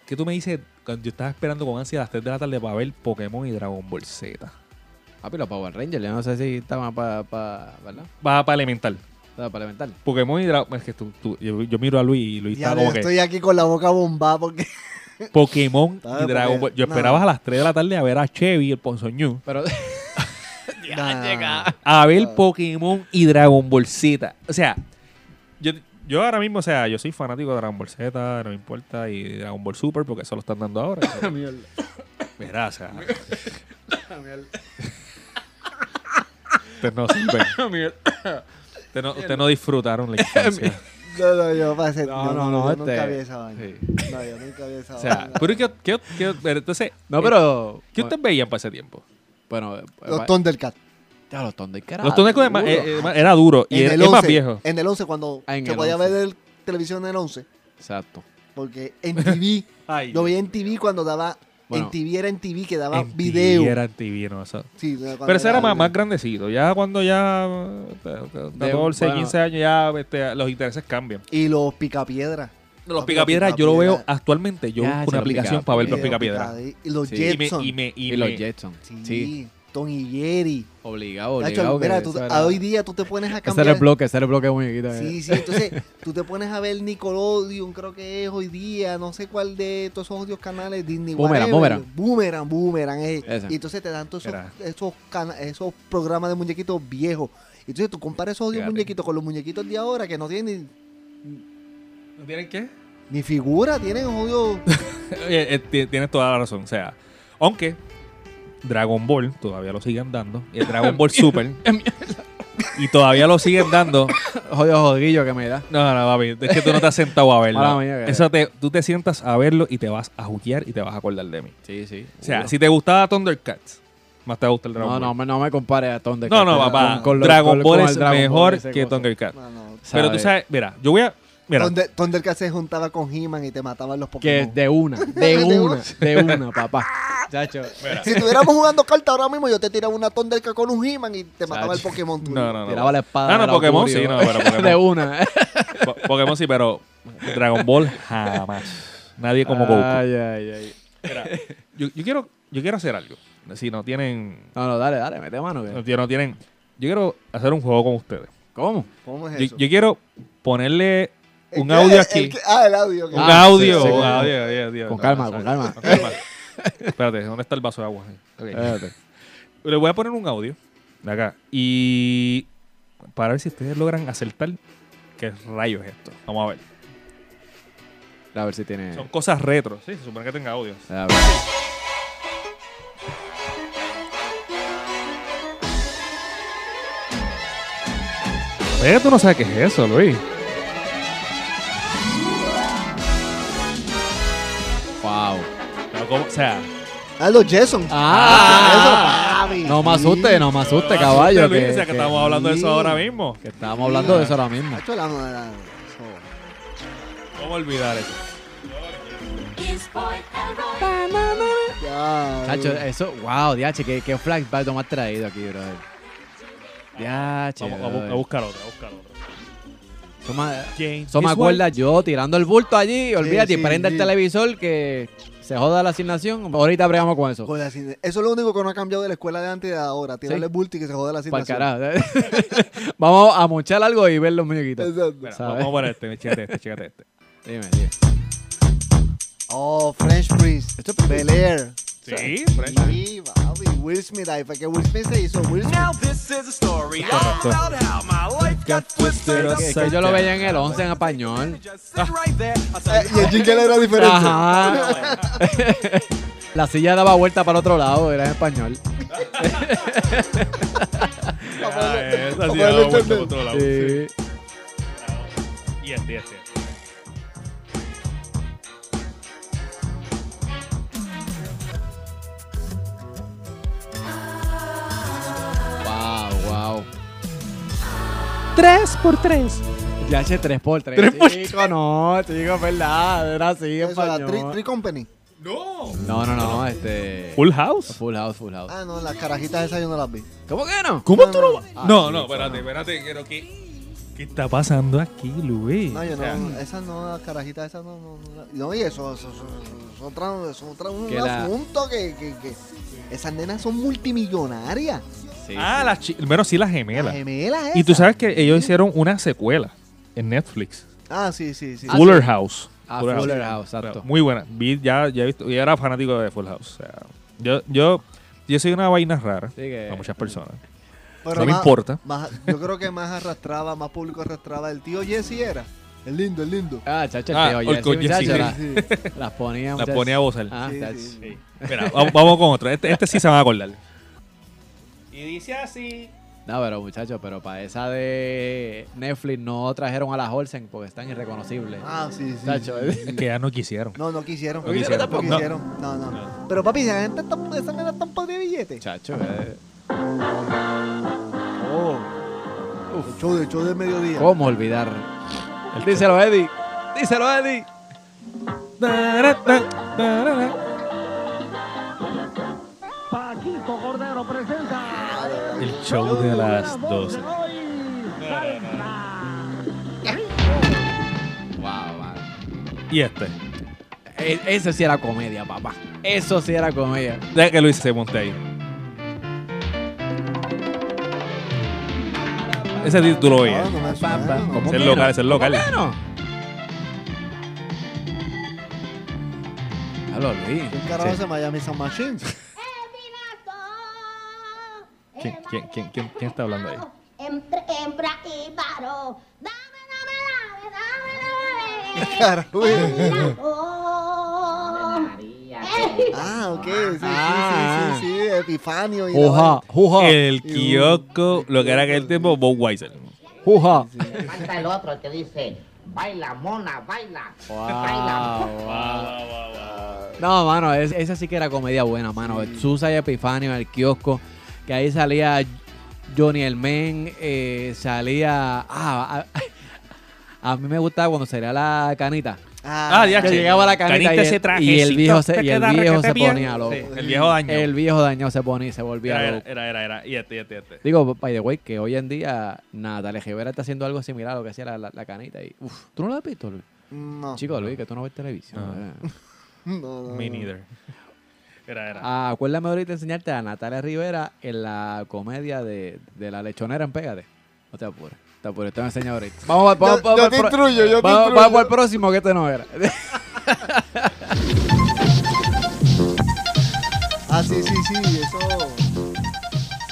S3: ¿Qué tú me dices? Cuando yo estaba esperando con ansia a las 3 de la tarde para ver Pokémon y Dragon Ball Z.
S2: Ah, pero los Power Rangers, yo no sé si estaban para. ¿Verdad?
S3: Va para Elemental.
S2: Estaba para elemental.
S3: Pokémon y Dragon Es que tú, tú- yo, yo miro a Luis y Luis
S4: Ya
S3: está
S4: le-
S3: como que.
S4: estoy aquí con la boca bombada porque.
S3: Pokémon
S4: Ah,
S3: y Dragon
S4: porque-
S3: Ball. Yo
S4: no.
S3: esperaba a las 3 de la tarde a ver a Chevy, el Ponzoñú.
S2: Pero.
S4: Nah. Ah,
S3: A ver Pokémon y Dragon Ball Z. O sea, yo, yo ahora mismo, o sea, yo soy fanático de Dragon Ball Z, no me importa, y Dragon Ball Super, porque eso lo están dando ahora. Verá, o sea. Ustedes no sirven. Ustedes no, ustedes no disfrutaron la infancia.
S4: No, no, yo pasé.
S2: No,
S4: yo
S2: no, no,
S4: yo
S2: este-
S4: nunca vi esa vaina.
S2: sí.
S4: No, yo nunca vi esa
S3: O sea,
S4: vaina.
S3: pero ¿qué, qué- qué- pero entonces,
S2: No, pero.
S3: ¿qué ustedes veían para ese tiempo?
S2: Bueno, eh,
S3: pues,
S4: Los
S2: eh,
S4: Thundercats.
S2: ya, los Thundercats era
S3: Los Thundercats era más-
S2: duro.
S3: eh, eh, más- era duro y
S4: En
S3: es,
S4: el
S3: es más
S4: 11,
S3: viejo.
S4: En el 11, cuando
S2: Ah, en
S4: se
S2: el
S4: podía
S2: 11.
S4: ver el televisión en el 11.
S3: eh.
S2: Exacto.
S4: Porque en TV.
S3: Ay,
S4: lo veía en TV cuando daba.
S2: Bueno.
S4: en TV era en TV que daba
S3: En
S4: video.
S3: TV, era en TV, no, eso.
S4: Sí, cuando
S3: Pero ese era más, más
S4: video.
S3: grandecito. Ya cuando ya. eh,
S2: De-
S3: 14,
S2: bueno.
S3: 15 años, ya este, los intereses cambian.
S4: Y los picapiedras.
S3: Los
S4: Los
S3: picapiedras,
S4: picapiedras,
S3: yo lo veo
S4: picapiedra.
S3: actualmente. Yo
S2: Ya,
S3: busco
S2: se
S3: una
S2: los
S3: aplicación
S2: picapiedra.
S3: para ver
S4: Y
S3: los
S4: Eh, los
S3: picapiedras.
S4: picadi- Y los
S2: Sí.
S3: Y me.
S4: Jetson.
S3: Y me, y
S2: Y,
S3: me-
S2: los Jetson. Sí.
S4: Sí, Tom y Jerry.
S2: Obligado,
S4: Nacho,
S2: obligado. que
S4: mira, tú-
S2: eso era-
S4: a hoy día tú te pones
S2: Ese
S4: a
S2: era
S4: cambiar.
S2: el bloque, ese era el bloque de muñequita.
S4: Sí,
S2: eh.
S4: sí, entonces tú te pones a ver Nickelodeon, creo que es hoy día, no sé cuál de todos esos odios canales, Disney
S2: Boomerang,
S4: whatever. Boomerang, Boomerang, eh.
S2: Esa.
S4: Y entonces te dan todos esos,
S3: Era.
S4: esos, cana- esos programas de muñequitos viejos. Y Entonces tú comparas esos odios
S3: Fíjate.
S4: muñequitos con los muñequitos de ahora que no tienen ni,
S3: ¿No tienen qué?
S4: ni figura, tienen odios.
S3: Eh, eh, ti- Tienes toda la razón. O sea, aunque Dragon Ball todavía lo siguen dando. Y el Dragon Ball Super. y todavía lo siguen dando.
S2: Jodido jodillo que me da.
S3: No, no, papi, es que tú no te has sentado a verlo.
S2: Mala mía, que-
S3: Eso te, tú te sientas a verlo y te vas a juquear y te vas a acordar de mí.
S2: Sí, sí.
S3: O sea, si te gustaba Thundercats, más te gusta el Dragon
S2: No, no,
S3: Ball.
S2: me, no me compares a Thundercats.
S3: No, no,
S2: Con-
S3: papá.
S2: con los-
S3: Dragon
S2: con- con
S3: Ball
S2: el
S3: es
S2: Dragon Ball,
S3: mejor
S2: ese
S3: que
S2: cosa.
S3: Thundercats.
S4: No, no.
S3: Pero tú sabes, mira, yo voy a. Mira,
S4: Thunder- Thundercat se juntaba con He-Man y te mataban los
S2: Que
S4: Pokémon.
S2: de una, de
S4: De
S2: una,
S4: una.
S2: de una, papá. Chacho.
S4: Si estuviéramos jugando cartas ahora mismo, yo te tiraba una Thundercat con un He-Man y te mataba el Pokémon tuyo.
S3: no, no, no.
S2: Tiraba la espada.
S3: Ah, no,
S2: del
S3: Pokémon
S2: augurio.
S3: sí, no, pero Pokémon.
S2: De una.
S3: Po- Pokémon sí, pero Dragon Ball jamás. Nadie como Goku.
S2: Ay, ay, ay.
S3: Mira, yo, yo quiero, yo quiero hacer algo. Si no tienen.
S2: No, no, dale, dale, mete mano. que-
S3: No, tie- no tienen. Yo quiero hacer un juego con ustedes.
S2: ¿Cómo?
S4: ¿Cómo es
S3: Yo,
S4: eso?
S3: yo quiero ponerle
S4: El
S3: un
S4: que-
S3: audio
S4: el
S3: aquí.
S4: que- ah, el audio. ok.
S3: Un
S2: Ah, sí,
S3: audio.
S2: sí,
S3: un
S2: con-
S3: audio, audio, audio.
S2: con
S3: No,
S2: calma,
S3: no,
S2: con
S3: no,
S2: calma.
S3: Espérate, ¿dónde está el vaso de agua? Ok.
S2: Espérate.
S3: Le voy a poner un audio de acá. Y para ver si ustedes logran acertar qué rayos es esto. Vamos a ver.
S2: A ver si tiene.
S3: Son cosas retro. Sí, se supone que tenga audio.
S2: A ver.
S3: Pero tú no sabes qué es eso, Luis.
S2: Wow.
S3: o sea,
S4: Ah, los Jason.
S2: Ah,
S4: Eso, papi.
S2: No me asuste, no me asuste,
S3: Ah, No,
S2: caballo.
S3: asuste, Luis,
S2: que,
S3: que
S2: que-
S3: estamos hablando de eso ahora mismo.
S2: que estábamos hablando de eso ahora mismo.
S4: Hacho, la madre,
S3: ¿Cómo olvidar eso?
S4: eso. Ya,
S2: Chacho,
S4: bro.
S2: eso, wow, diache, qué, qué flashback lo más traído aquí, bro. Diache.
S3: Vamos a, bu-
S2: brother.
S3: a buscar otro, a buscar otro.
S2: Eso me-
S3: James
S2: Eso me
S3: Visual.
S2: acuerda yo tirando el bulto allí, olvídate,
S4: sí,
S2: prende
S4: sí.
S2: el televisor que se joda la asignación. Ahorita bregamos con eso.
S4: Joder, así de- eso es lo único que no ha cambiado de la escuela de antes y de ahora. Tirarle
S2: Sí.
S4: bulto y que se joda la
S2: Para el
S4: situación.
S2: carajo. Vamos a mochar algo y ver los muñequitos.
S4: Exacto.
S3: Espera,
S2: ¿sabes?
S3: vamos a ver este, chécate este, chécate este.
S2: Dime, dime.
S4: Oh, French Prince. Esto es Bel Air.
S3: Sí,
S4: Sí, papi. Will Smith ahí. Fue que Will Smith se hizo Will Smith.
S2: Es que yo lo veía en el 11 en español.
S3: Ah.
S4: Eh, y el jingle era diferente.
S2: Ajá. La silla daba vuelta para el otro lado, era en español.
S3: Ah, esa
S4: Vamos
S3: sí la
S4: a verlo
S3: daba vuelta
S4: entender.
S3: por otro lado.
S2: Sí.
S3: Y este, y este.
S2: Wow, wow.
S8: 3 por 3
S2: Ya hace 3x3. Chico, no, chico, es verdad. Era así en
S4: Eso, la
S2: español.
S4: Tree, Tree Company.
S2: No, no, no, este.
S3: Full House.
S2: Full house, full house.
S4: Ah, no, las carajitas esas yo no las vi.
S2: ¿Cómo que no?
S3: ¿Cómo tú no
S4: Ah,
S3: No,
S4: sí,
S3: no, espérate, espérate, pero ¿qué? ¿Qué está pasando aquí, Luis?
S4: No, yo
S3: O sea,
S4: no, esas no, las carajitas esas no, no, no. No, y eso, eso, eso, eso es otra- es otra- un
S2: Que la-
S4: asunto que, que, que- Esas nenas son multimillonarias.
S2: Sí,
S3: Ah, las chi- bueno, sí, las gemelas.
S4: Las gemelas
S3: Y tú
S4: esas.
S3: sabes que ellos hicieron una secuela en Netflix.
S4: Ah, sí, sí, sí.
S3: Fuller House.
S2: Ah, Fuller House, exacto.
S3: Muy buena. Vi, ya, ya he visto, yo era fanático de Fuller House. o sea, yo, yo, yo soy una vaina rara
S2: Sí que-
S3: a muchas personas.
S4: Pero
S3: no me
S4: más-
S3: importa.
S4: más- yo creo que más arrastraba, más público arrastraba. El tío Jesse era. El lindo, el lindo.
S2: Ah, chacho, el
S3: Ah,
S2: tío,
S3: el
S2: Jesse,
S3: coño,
S2: muchacho,
S3: sí.
S2: la-
S4: Sí.
S2: Las ponía,
S3: La
S2: muchachos.
S3: ponía a bozar.
S2: Ah,
S4: Sí,
S2: chacho.
S4: sí.
S3: Mira, va- vamos con otro. Este, este sí se van a acordar. Y dice así.
S2: No, pero muchachos, pero para esa de Netflix no trajeron a las Olsen porque están irreconocibles.
S4: Ah, sí, sí.
S2: Chacho, eh.
S4: sí, sí.
S3: Que ya no quisieron.
S4: No, no quisieron.
S3: No quisieron
S4: No
S3: tampoco.
S4: quisieron. No, no. Pero papi, esa gente está- esa nena está un de billete.
S2: Chacho, eh,
S4: Oh. El show, de- el show de mediodía.
S2: ¿cómo olvidar? Díselo, Eddie. Díselo, Eddie.
S9: Paquito Cordero presenta
S3: El show de las 12.
S2: Wow, wow.
S3: Y este.
S2: E- Eso sí era comedia, papá. Eso sí era comedia.
S3: Deja que Luis se monte ahí. Ese título lo
S4: Ah,
S3: oías.
S4: no me suena, no.
S2: ¿Cómo
S3: Es el
S2: que
S3: local,
S2: no?
S3: es el local.
S2: ¿Cómo que no? Hablo, Luis.
S4: ¿Quién carajo
S2: Sí.
S4: se Miami Sound Machine?
S3: ¿Quién- quién- quién- quién- quién está hablando ahí?
S10: Entre hembra y varón. Dame, dame, dame, dame, dame.
S4: Carajo.
S10: Oh.
S4: Ah, ok. Sí, sí,
S2: Ah.
S4: sí, sí, sí. Epifanio y la
S2: Juja,
S4: vaina.
S2: juja,
S3: El Kyoko, lo que era aquel tiempo, Bob Weiser.
S2: juja.
S9: Canta el otro el que dice, baila mona, baila.
S2: Wow, wow. No, mano, es- esa sí que era comedia buena, mano. Susa y Epifanio, el kiosco, que ahí salía Johnny el Men, eh, salía... Ah, a, a mí me gustaba cuando salía la canita.
S4: Ah,
S3: ya
S2: Que llegaba la canita, y, el- y el viejo se, y el viejo se ponía loco.
S3: el viejo daño.
S2: El viejo dañado se ponía y se volvía
S3: Era,
S2: loco.
S3: era, era, era. Y este, y este, y este.
S2: Digo, by the way, que hoy en día Natalia Rivera está haciendo algo similar a lo que hacía la, la- la canita. Y, uf, ¿Tú no la has visto, Luis?
S4: No.
S2: Chico, Luis, que tú no ves televisión. eh.
S3: No.
S2: ¿verdad?
S4: no, no,
S3: Me
S4: no.
S3: neither. Era, era.
S2: Ah, acuérdame ahorita enseñarte a Natalia Rivera en la comedia de, de La Lechonera en Pégate. No te apures. No Te apures, te voy a enseñar ahorita. Vamos, vamos,
S4: Yo,
S2: vamos,
S4: yo
S2: vamos
S4: te
S2: al pro-
S4: instruyo, yo te
S2: vamos-
S4: instruyo.
S2: vamos al próximo, que este no era.
S4: Ah, sí, sí, sí, eso.
S3: Ah,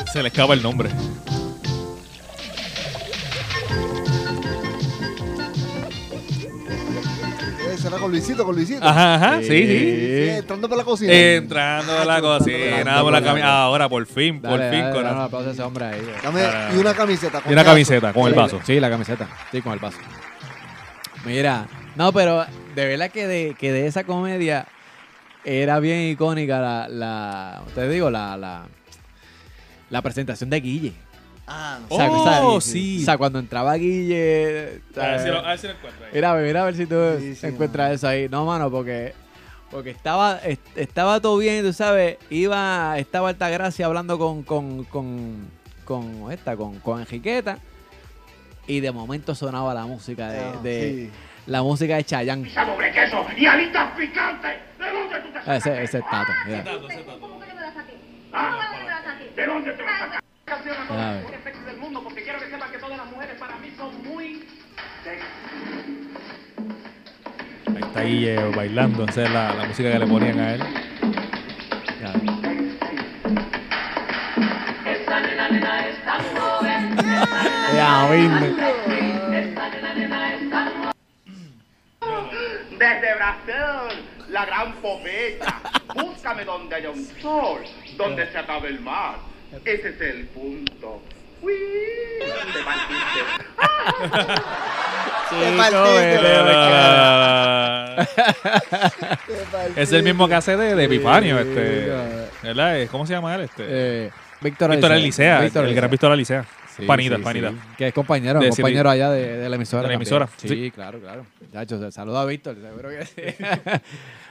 S3: Se- Se le escapa el nombre.
S4: Eso era con Luisito, con Luisito.
S3: Ajá, ajá. Sí, sí.
S4: Sí, entrando por la cocina.
S3: Entrando a la
S4: Hacho, entrando
S3: cocina,
S4: por
S3: por
S4: la
S3: la camisa. Ahora, por fin, por
S2: Dale, dale,
S3: fin,
S2: dale, un
S3: corazón.
S2: aplauso a ese hombre ahí. eh.
S4: Dame,
S3: Ah.
S4: y una
S3: Y
S4: camiseta.
S3: una
S4: coñazo.
S3: camiseta con el vaso.
S2: Sí, la camiseta. Sí, con el vaso. Mira, no, pero de verdad que de, que de esa comedia era bien icónica la, la te digo, la, la, La presentación de Guille.
S4: Ah, no.
S2: O sea,
S3: Oh,
S2: o sea,
S3: sí.
S2: O sea, cuando entraba Guille. o sea,
S3: A ver si lo, a ver si lo encuentro ahí.
S2: Mira, mira a ver si tú
S4: Sí, sí,
S2: encuentras
S4: mano.
S2: eso ahí. No, mano, porque porque estaba est- estaba todo bien, tú sabes, iba estaba Altagracia hablando con con, con, con esta con, con Enriqueta y de momento sonaba la música de,
S4: Ah,
S2: de-
S4: sí.
S2: la música de Chayanne.
S5: doble queso y alitas picantes. ¿De dónde tú te sacas?
S2: Ah, Ese ese es Tato, mira.
S10: ¿Cómo que yo me la saqué?
S5: Ah,
S10: ¿Cómo que yo me la saqué?
S5: ¿De dónde te vas a sacar? Canción a
S2: A
S5: todas las
S2: ver.
S5: mujeres sexy del mundo porque quiero que sepan que todas las mujeres para mí son muy sexy.
S3: Ahí está Guille bailando. Esa es la, la música que le ponían a él.
S2: Ya ves. Ya, viste.
S5: Desde Brasil, la gran fometa. Búscame donde haya un sol, donde se acabe el mar. Ese es el punto. Uy, te partiste.
S4: Te
S2: Chico,
S4: partiste,
S2: vete
S4: bro. Te
S3: es
S4: partiste.
S3: el mismo que hace de, de Epifanio.
S2: Sí,
S3: Este,
S2: ya.
S3: ¿Verdad? Eh, ¿Cómo se llama él? Este?
S2: Eh, Víctor
S3: Víctor Alicea.
S2: Víctor
S3: el
S2: Alicea.
S3: gran Víctor Alicea.
S2: Sí,
S3: panita,
S2: sí,
S3: panita.
S2: sí. Que es compañero,
S3: De
S2: compañero allá de, de la emisora.
S3: De la
S2: también.
S3: emisora,
S2: Sí,
S3: sí.
S2: claro, claro. Chacho, se- saluda a Víctor, seguro que sí.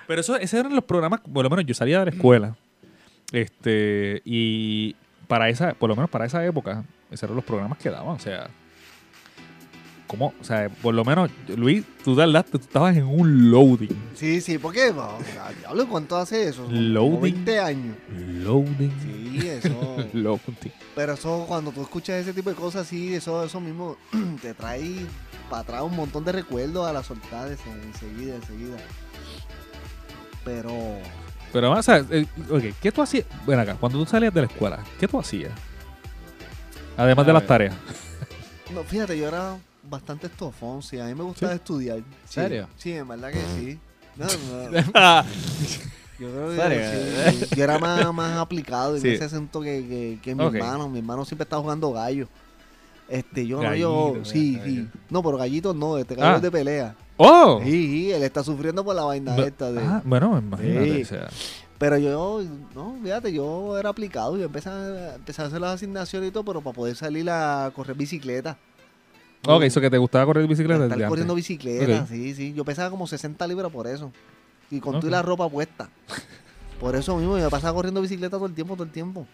S3: Pero eso, esos eran los programas, por lo menos yo salía de la escuela. Este, y para esa, por lo menos para esa época, esos eran los programas que daban. O sea, ¿cómo? O sea, por lo menos, Luis, tú tardaste, tú estabas en un loading.
S4: Sí, sí, ¿por qué? No, Diablo, ¿cuánto hace eso? Como
S3: Loading.
S4: 20 años.
S3: Loading.
S4: Sí, eso.
S3: Loading.
S4: Pero eso, cuando tú escuchas ese tipo de cosas, sí, eso, eso mismo te trae para atrás un montón de recuerdos a las soltades enseguida, enseguida. Pero
S3: Pero, o sea, eh, ok, ¿qué tú hacías? Ven acá, cuando tú salías de la escuela, ¿qué tú hacías? Además
S2: A
S3: de las
S2: ver.
S3: tareas.
S4: No, fíjate, yo era bastante estofón, sí, a mí me gustaba estudiar. Sí,
S2: serio?
S4: Sí, en verdad que sí. No, no, yo creo que
S2: ¿Serio?
S4: sí, Yo era más, más aplicado en
S3: Sí.
S4: ese acento que, que, que mi
S3: Ok.
S4: hermano. Mi hermano siempre estaba jugando gallo. Este, yo no, yo,
S3: Gallito,
S4: sí,
S3: gallo.
S4: sí. No, pero gallitos no, este
S3: Ah.
S4: gallo es de pelea.
S3: ¡Oh!
S4: Sí, sí, él está sufriendo por la vaina
S3: No-
S4: esta de.
S3: Ah, bueno, imagínate.
S4: Sí.
S3: O sea,
S4: Pero yo, no, fíjate, yo era aplicado, yo empecé a, empecé a hacer las asignaciones y todo, pero para poder salir a correr bicicleta.
S3: ok, eso que te gustaba correr bicicleta.
S4: Estar
S3: desde antes.
S4: corriendo bicicleta,
S3: Ok.
S4: sí, sí. Yo pesaba como 60 libras por eso. Y con
S3: Ok.
S4: toda la ropa puesta. Por eso mismo, yo pasaba corriendo bicicleta todo el tiempo, todo el tiempo.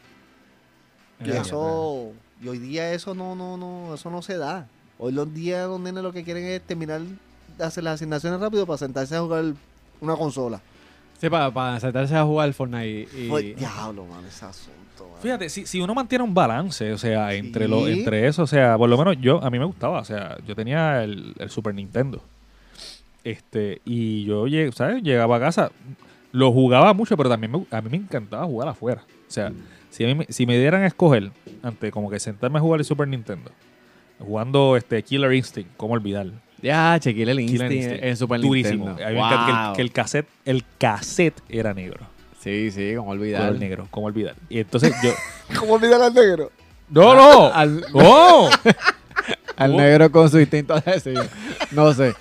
S4: Y
S3: Ya,
S4: eso, y hoy día eso no, no, no, eso no se da. Hoy los días los nenes lo que quieren es terminar de hacer las asignaciones rápido para sentarse a jugar una consola.
S2: Sí, para, para sentarse a jugar Fortnite y... y-
S4: Pues, diablo, mano, ese asunto, mano.
S3: Fíjate, si, si uno mantiene un balance, o sea, entre
S4: Sí.
S3: lo, entre eso, o sea, por lo menos yo, a mí me gustaba, o sea, yo tenía el, el Super Nintendo. Este, y yo, lle- ¿sabes? Llegaba a casa, lo jugaba mucho, pero también me- a mí me encantaba jugar afuera. O
S2: Mm.
S3: sea, si, a mí me- si me dieran a escoger, antes como que sentarme a jugar el Super Nintendo, jugando este Killer Instinct, ¿cómo olvidar?
S2: Ya, chequeé el
S3: Killer
S2: Instinct en- en Super
S3: durísimo.
S2: Nintendo.
S3: A mí me encanta que el-
S2: Wow.
S3: que el cassette, el cassette era negro.
S2: Sí, sí, como olvidar.
S3: Color negro, ¿cómo olvidar? Y entonces yo...
S4: ¿Cómo olvidar al negro?
S3: ¡No, no!
S2: Al,
S3: ¡No!
S2: al
S3: Oh.
S2: negro con su instinto asesino. No sé.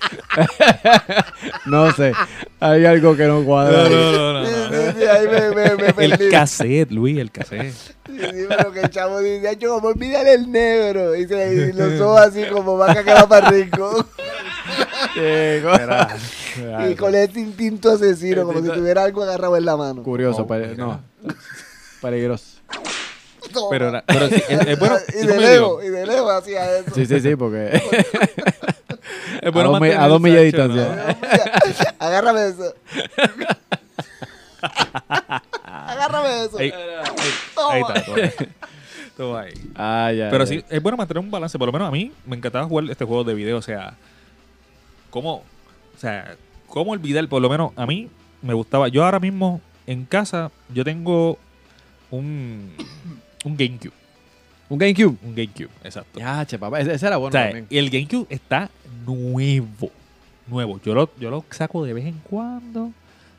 S2: no sé. Hay algo que no cuadra.
S3: No,
S2: ahí.
S3: no, no, no, no.
S4: Sí, sí, ahí me, me, me perdí.
S3: El cassette, Luis, el cassette.
S4: Sí, sí, pero que el chavo dice, "Ay, yo como olvidar el negro. Y, se, y los ojos así como vaca que va para rico.
S3: Era- era
S4: Y
S3: eso.
S4: con ese instinto asesino, como si tuviera algo agarrado en la mano.
S2: Curioso,
S3: Oh,
S2: pero-
S3: mira.
S2: no. Peligroso.
S3: Pero, era- pero sí, es, es bueno,
S4: y
S3: yo
S4: de
S3: me digo,
S4: lejos, y de lejos hacía eso.
S2: Sí, sí, sí, porque...
S3: es bueno
S2: A dos mi- a
S3: mantener
S2: dos
S3: el
S2: millas de
S3: Sancho,
S2: distancia.
S3: ¿no?
S4: Dios mío, Agárrame eso. Agárrame eso.
S3: Ahí, ahí está, toma. Toma ahí.
S2: Ah, ya,
S3: Pero
S2: ya.
S3: sí, es bueno mantener un balance. Por lo menos a mí me encantaba jugar este juego de video. O sea, ¿cómo, o sea, ¿cómo olvidar? Por lo menos a mí me gustaba. Yo ahora mismo en casa, yo tengo un, un GameCube.
S2: Un GameCube.
S3: Un GameCube, exacto.
S2: Ya, che, papá. Ese, ese era bueno
S3: O sea,
S2: también.
S3: y el GameCube está nuevo. Nuevo. Yo lo, yo lo saco de vez en cuando.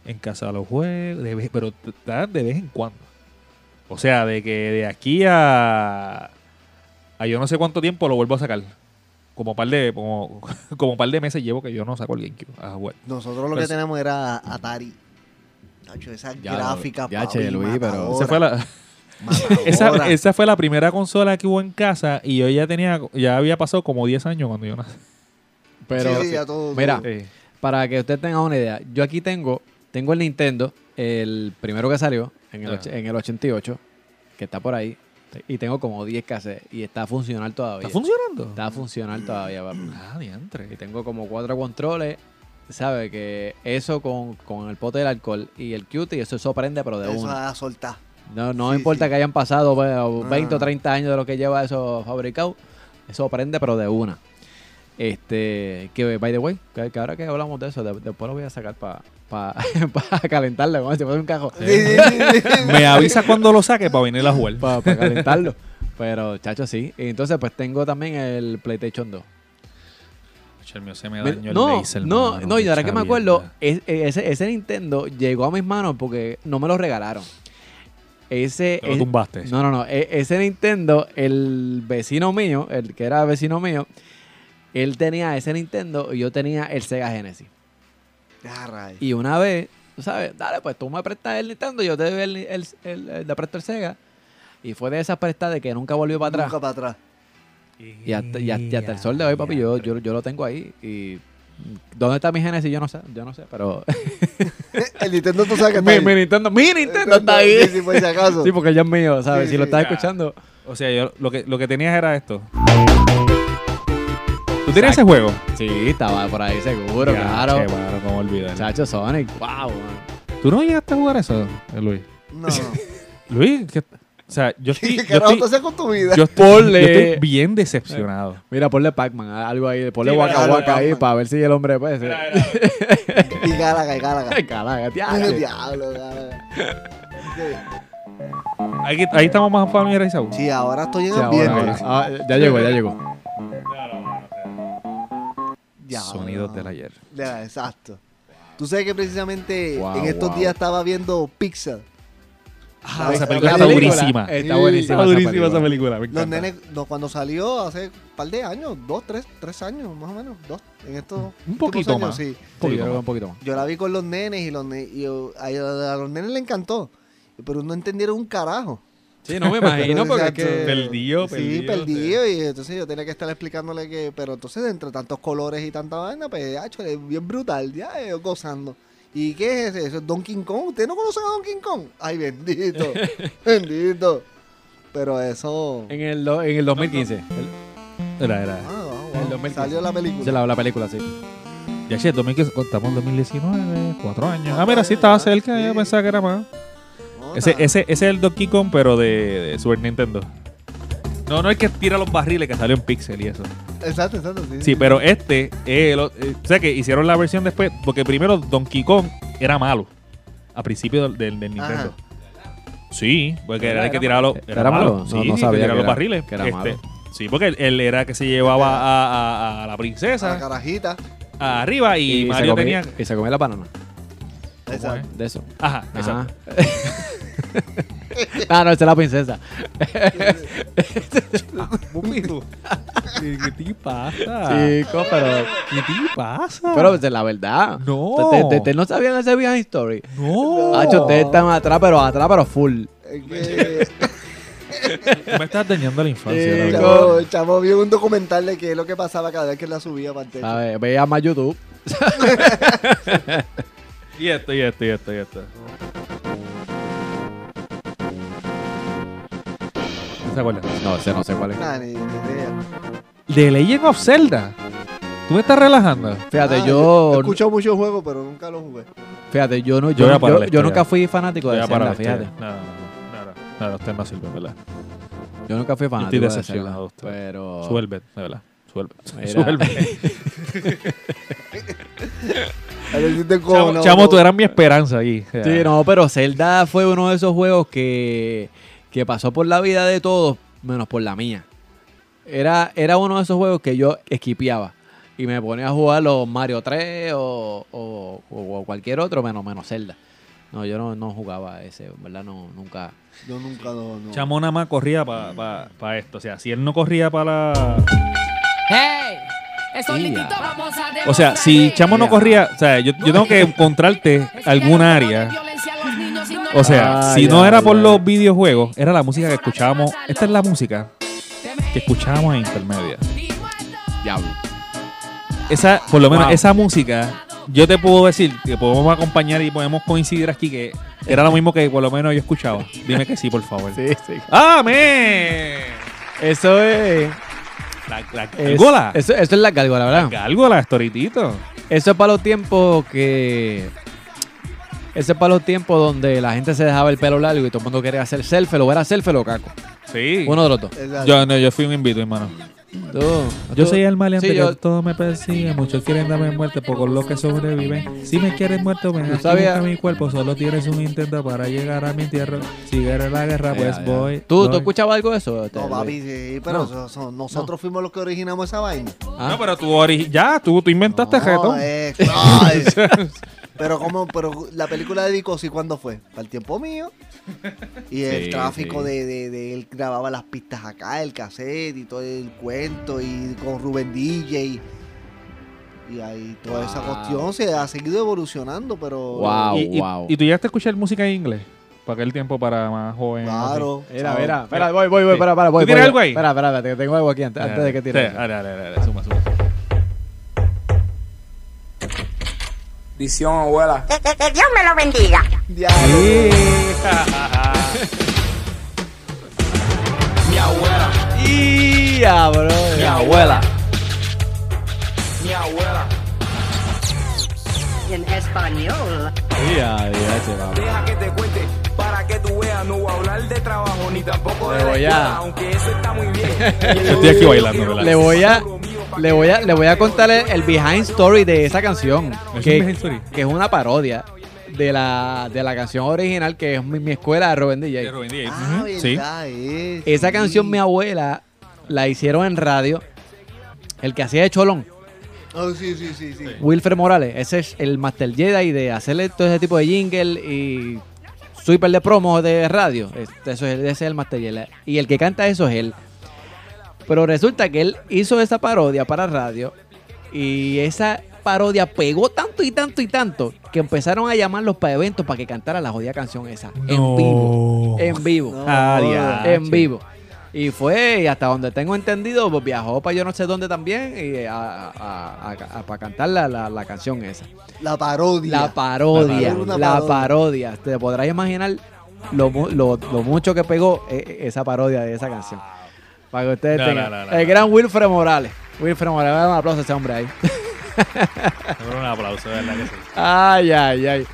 S3: En casa lo juego. de vez- pero t- está de vez en cuando. O sea, de que de aquí a. A yo no sé cuánto tiempo lo vuelvo a sacar. Como par de. Como, como par de meses llevo que yo no saco el GameCube Ah, a jugar.
S4: Nosotros lo
S3: Pero
S4: que
S3: sí.
S4: tenemos era Atari. Nacho, esa
S2: Ya,
S4: gráfica
S2: ya, che, Luis, pero-
S3: Esa fue la. Esa, esa fue la primera consola que hubo en casa y yo ya tenía, ya había pasado como 10 años cuando yo nací.
S2: Pero,
S4: Sí, sí, ya todo-
S2: mira,
S4: todo.
S3: Sí.
S2: para que usted tenga una idea, yo aquí tengo, tengo el Nintendo, el primero que salió en
S4: Ah.
S2: el,
S3: Ajá.
S2: och- en el 88, que está por ahí, y tengo como 10 cassettes y está funcional todavía.
S3: ¿Está funcionando?
S2: Está funcional todavía, papi.
S3: Ah, diantre.
S2: Y tengo como cuatro controles. ¿Sabe? Que eso con, con el pote del alcohol y el cutie, eso, eso prende, pero de
S4: Eso
S2: una.
S4: a soltar.
S2: No, no
S4: sí,
S2: importa
S4: sí.
S2: que hayan pasado bueno,
S4: Ah.
S2: 20 o 30 años de lo que lleva eso fabricado, eso prende, pero de una. Este, que by the way, que, que ahora que hablamos de eso, de- después lo voy a sacar para pa, pa calentarlo, como si fuese un cajo.
S3: Me avisa cuando lo saque para venir a jugar.
S2: Para calentarlo. Pero, chacho, sí. Y entonces, pues tengo también el PlayStation 2.
S3: Chacho, el mío se me
S2: Me-
S3: dañó el
S2: no,
S3: laser,
S2: no,
S3: mano,
S2: no, y ahora
S3: mucha
S2: que me acuerdo,
S3: mierda.
S2: es- e- ese, ese Nintendo llegó a mis manos porque no me lo regalaron. Ese,
S3: Te lo
S2: es-
S3: tumbaste.
S2: eh, no, no, no. e- ese Nintendo, el vecino mío, el que era vecino mío, él tenía ese Nintendo y yo tenía el Sega Genesis.
S4: Ah, rayos.
S2: Y una vez, tú sabes, dale, pues tú me prestas el Nintendo, yo te doy el, el- el- el- te presto el Sega. Y fue de esas prestas de que nunca volvió para atrás.
S4: Nunca para atrás.
S2: Y hasta, y hasta- y hasta el sol de hoy, papi, yo, yo, yo lo tengo ahí. Y ¿Dónde está mi Genesis? Yo no sé, yo no sé, pero...
S4: El Nintendo tú sabes que
S2: mi,
S4: está
S2: mi
S4: ahí.
S2: Nintendo, mi Nintendo está
S4: Sí,
S2: ahí.
S4: sí, por si acaso.
S2: Sí, porque ya es mío, ¿sabes?
S4: Sí,
S2: si lo
S4: sí.
S2: estás
S3: Ya.
S2: escuchando...
S3: O sea, yo lo que, lo que tenías era esto. ¿Tú tenías ese juego?
S2: Sí, estaba por ahí seguro,
S3: Ya,
S2: claro.
S3: Qué bueno, cómo olvidar.
S2: Chacho Sonic, wow. man.
S3: ¿Tú no llegaste a jugar eso, eh, Luis?
S4: No, no.
S3: Luis, que- o sea, yo estoy,
S4: ¿Qué
S3: yo
S4: carajo
S3: estoy,
S4: tú haces con tu vida?
S3: yo estoy-
S2: Ponle.
S3: yo estoy bien decepcionado.
S2: Mira, ponle Pac-Man, algo ahí, ponle
S3: Sí,
S2: Waka
S4: dale,
S2: Waka ahí
S4: Pac-Man.
S2: para ver si el hombre pues, eh. puede ser.
S4: Y Galaga, y Galaga. Ah,
S2: Caraca, tía.
S4: El diablo, Galaga.
S3: Ahí, ahí estamos más familiarizados.
S4: Sí, ahora estoy en
S2: Sí, ahora,
S4: ambiente.
S2: ahora. Ah, ya llegó, ya llegó.
S4: Diablo.
S3: Sonidos del ayer.
S4: Ya, exacto. Tú sabes que precisamente
S2: Wow,
S4: en estos
S2: wow.
S4: días estaba viendo Pixar.
S3: Ah, esa
S4: La
S3: película está
S4: película.
S3: durísima.
S2: Está buenísima.
S3: Está
S2: esa
S3: durísima esa
S2: película.
S3: película. me
S4: Los
S3: encanta.
S4: nenes, no, cuando salió hace un par de años, dos, tres, tres años más o menos, dos, en estos
S3: Un
S4: últimos
S3: poquito
S4: años,
S3: más.
S4: sí.
S2: Sí, yo creo que un poquito más.
S4: Yo la vi con los nenes y, los ne- y yo- a, a los nenes le encantó, pero no entendieron un carajo.
S2: Sí, no me imagino porque es que...
S4: Exacto.
S3: Perdido,
S4: Sí,
S3: perdido,
S4: perdido. Y entonces yo tenía que estar explicándole que. Pero entonces, entre tantos colores y tanta vaina, pues, hacho, es bien brutal, ya, eh, gozando. ¿Y qué es eso? Donkey Kong. ¿Ustedes no conocen a Donkey Kong? Ay, bendito. bendito. Pero eso.
S2: En el, do- en el 2015.
S3: Era, era.
S4: Ah, wow,
S2: en el
S4: wow.
S2: 2015.
S4: Salió la película.
S2: Se la, la película, sí.
S3: Ya, che, 2015, oh, estamos en 2019, cuatro años. Ah, mira, sí, estaba cerca, yo
S4: Sí.
S3: pensaba que era más.
S4: No,
S3: Ese,
S4: nada.
S3: ese, ese es el Donkey Kong, pero de, de Super Nintendo. No, no el que tira los barriles que salió en Pixel y eso.
S4: Exacto, exacto. Sí,
S3: Sí, pero este, eh, lo- eh, o sea que hicieron la versión después, porque primero Donkey Kong era malo. A principio del, del- del Nintendo. Sí, porque era, el que tiraba los.
S2: ¿Era malo?
S3: Sí,
S2: No- no
S3: que
S2: sabía
S3: tiraba
S2: que
S3: los
S2: era-
S3: barriles.
S2: que era
S3: Este,
S2: malo.
S3: Sí, porque él- él era que se llevaba a, a- a la
S4: A la
S3: princesa
S4: carajita.
S3: arriba y,
S2: se
S3: Mario
S2: comió-
S3: tenía.
S2: y se comió la banana.
S4: Exacto.
S2: De eso.
S3: Ajá,
S2: Ajá.
S3: exacto.
S2: ah, no, esa es la princesa.
S3: ¿Qué te pasa?
S2: Chico, pero.
S3: ¿Qué te pasa?
S2: Pero pues, es la verdad.
S3: No.
S2: Ustedes ustedes no sabían ese behind story.
S3: no.
S2: Hacho, Ah, ustedes están atrás, pero atrás, pero full.
S4: Es que-
S3: Tú me estás dañando la infancia. la verdad.
S4: Chavo, el chavo vio un documental de qué es lo que pasaba cada vez que la subía para el techo.
S2: ¿Sabes? Veía más YouTube.
S3: Y esto, y esto, y esto, y esto. ¿No se acuerdan?
S2: No, ese no sé cuál es.
S4: Nah, ni- ni idea.
S3: The Legend of Zelda. ¿Tú me estás relajando?
S2: Fíjate,
S4: Ah,
S2: yo.
S4: He escuchado muchos juegos, pero nunca los jugué.
S2: Fíjate, yo no,
S3: Yo
S2: yo,
S3: voy a
S2: yo-
S3: parar la
S2: yo nunca
S3: historia.
S2: fui fanático de
S3: Ya
S2: Zelda,
S3: para
S2: fíjate.
S3: No, no, no, no, no, no, usted no sirve, ¿verdad?
S2: Yo nunca fui fanático de Zelda.
S3: decepcionado de usted.
S2: Pero.
S3: Suelve, de verdad. Suelve.
S2: Mira.
S3: Suelve.
S4: A ver si te
S3: Chamo,
S4: cojono,
S3: chamo,
S4: no.
S3: tú eras mi esperanza ahí.
S2: Sí, no, pero Zelda fue uno de esos juegos que, que pasó por la vida de todos, menos por la mía. Era, era uno de esos juegos que yo esquipeaba. Y me ponía a jugar los Mario 3 o, o- o- o cualquier otro, menos, menos Zelda. No, yo no, no jugaba ese, en ¿verdad? No, nunca.
S4: Yo nunca lo. No.
S3: Chamo nada más corría para esto. O sea, si él no corría para la...
S7: ¡Hey! Eso
S2: Ya.
S7: litito vamos a
S3: O sea, si Chamo no
S2: Ya.
S3: corría... O sea, yo, yo tengo que encontrarte alguna área O sea,
S2: Ah,
S3: si
S2: ya,
S3: no era por
S2: ya.
S3: los videojuegos, era la música que escuchábamos. Esta es la música que escuchábamos en intermedia.
S1: Diablo.
S3: Esa, por lo menos
S2: Wow.
S3: esa música, yo te puedo decir que podemos acompañar y podemos coincidir aquí que era lo mismo que por lo menos yo escuchaba. Dime que sí, por favor.
S2: Sí, sí.
S3: ¡Amén!
S2: Eso es.
S3: La, la
S2: es-
S3: gárgola.
S2: Eso, eso es la gárgola, ¿verdad?
S3: Gárgola, Storitito.
S2: Eso es para los tiempos que. Eso es para los tiempos donde la gente se dejaba el pelo largo y todo el mundo quería hacer selfie, lo era selfie o caco.
S3: Sí.
S2: Uno de los dos.
S4: Exacto.
S3: Yo, no, yo fui un invito, hermano.
S2: Tú,
S3: Yo
S2: tú-
S3: soy el maleante
S2: Sí,
S3: que
S2: yo-
S3: todo me persigue. Muchos quieren darme muerte, pocos los que sobreviven. Si me quieres muerto, ven
S2: Yo
S3: aquí
S2: sabía-
S3: busca mi cuerpo. Solo tienes un intento para llegar a mi tierra. Si quieres la guerra, pues
S2: Ya, ya.
S3: voy.
S2: ¿Tú, ¿Tú
S3: voy.
S2: escuchabas algo de eso?
S4: No, papi, sí, pero so- so- nosotros fuimos los que originamos esa vaina.
S2: Ah.
S3: No, pero tú, ori- ya, tú, tú inventaste
S4: No,
S3: reggaetón.
S4: es- ay. pero como, pero la película de Dicosi ¿cuándo fue? Para el tiempo mío. Y el
S1: Sí,
S4: tráfico
S1: sí.
S4: de, de- de él grababa las pistas acá, el cassette y todo el cuento y con Rubén DJ. Y, ahí toda esa
S2: Wow.
S4: cuestión se ha seguido evolucionando, pero
S1: Wow.
S3: y, y-
S1: wow.
S3: y tú llegaste a escuchar música en inglés. Para aquel tiempo, para más joven.
S4: claro.
S2: Mira,
S4: ¿sabes?
S2: mira, espera, voy, voy, voy,
S3: Sí.
S2: espera, espera, voy.
S3: ¿Tú tienes
S2: voy.
S3: algo ahí?
S2: Espera, espera, espera, que tengo algo aquí antes, antes de que tire.
S3: tires. Dale, dale, dale, dale, suma, suma.
S8: Visión, abuela.
S10: Que, que- que Dios me lo bendiga.
S8: Mi abuela,
S2: ¡Ya, ah, bro!
S8: mi abuela. Mi abuela.
S9: En español.
S2: ¡Ya, ya, che, papi.
S8: Deja que te cuente para que tú veas. No voy a hablar de trabajo ni tampoco de
S2: Me
S8: la
S2: voy a-
S8: escuela, aunque eso está muy bien.
S3: Yo estoy aquí bailando, ¿verdad?
S2: Le voy a, le voy a, le voy a contar el, el behind story de esa canción,
S3: ¿Es un
S2: que,
S3: behind story?
S2: que es una parodia de la, de la canción original que es mi, mi escuela de Robin DJ.
S3: ¿eh?
S4: Ah,
S3: Ujú, Sí.
S4: verdad este. es,
S2: Esa
S4: sí.
S2: canción mi abuela la hicieron en radio. El que hacía de Cholón,
S4: Ah, sí, sí, sí, sí.
S2: Wilfred Morales, ese es el Master Jedi de hacerle todo ese tipo de jingle y super de promo de radio. Este- eso es- ese es el Master Jedi. Y el que canta eso es él. Pero resulta que él hizo esa parodia para radio y esa parodia pegó tanto y tanto y tanto que empezaron a llamarlos para eventos para que cantara la jodida canción esa. En vivo. En vivo.
S4: No,
S3: Ah,
S4: joda.
S3: Ah,
S2: en
S3: sí.
S2: vivo. Y fue, y hasta donde tengo entendido, pues, viajó para yo no sé dónde también y eh, a, para cantar la, la- la canción esa.
S4: La parodia.
S2: La parodia,
S4: Era una
S2: la
S4: parodia.
S2: parodia. Te podrás imaginar lo, mu- lo- lo mucho que pegó eh, eh, esa parodia de esa canción. Para que ustedes
S3: No,
S2: tengan.
S3: no, no, no,
S2: El
S3: no.
S2: gran Wilfred Morales. Wilfred Morales, dale un aplauso a ese hombre ahí.
S3: Un aplauso, de verdad que sí.
S2: Ay, ay, ay.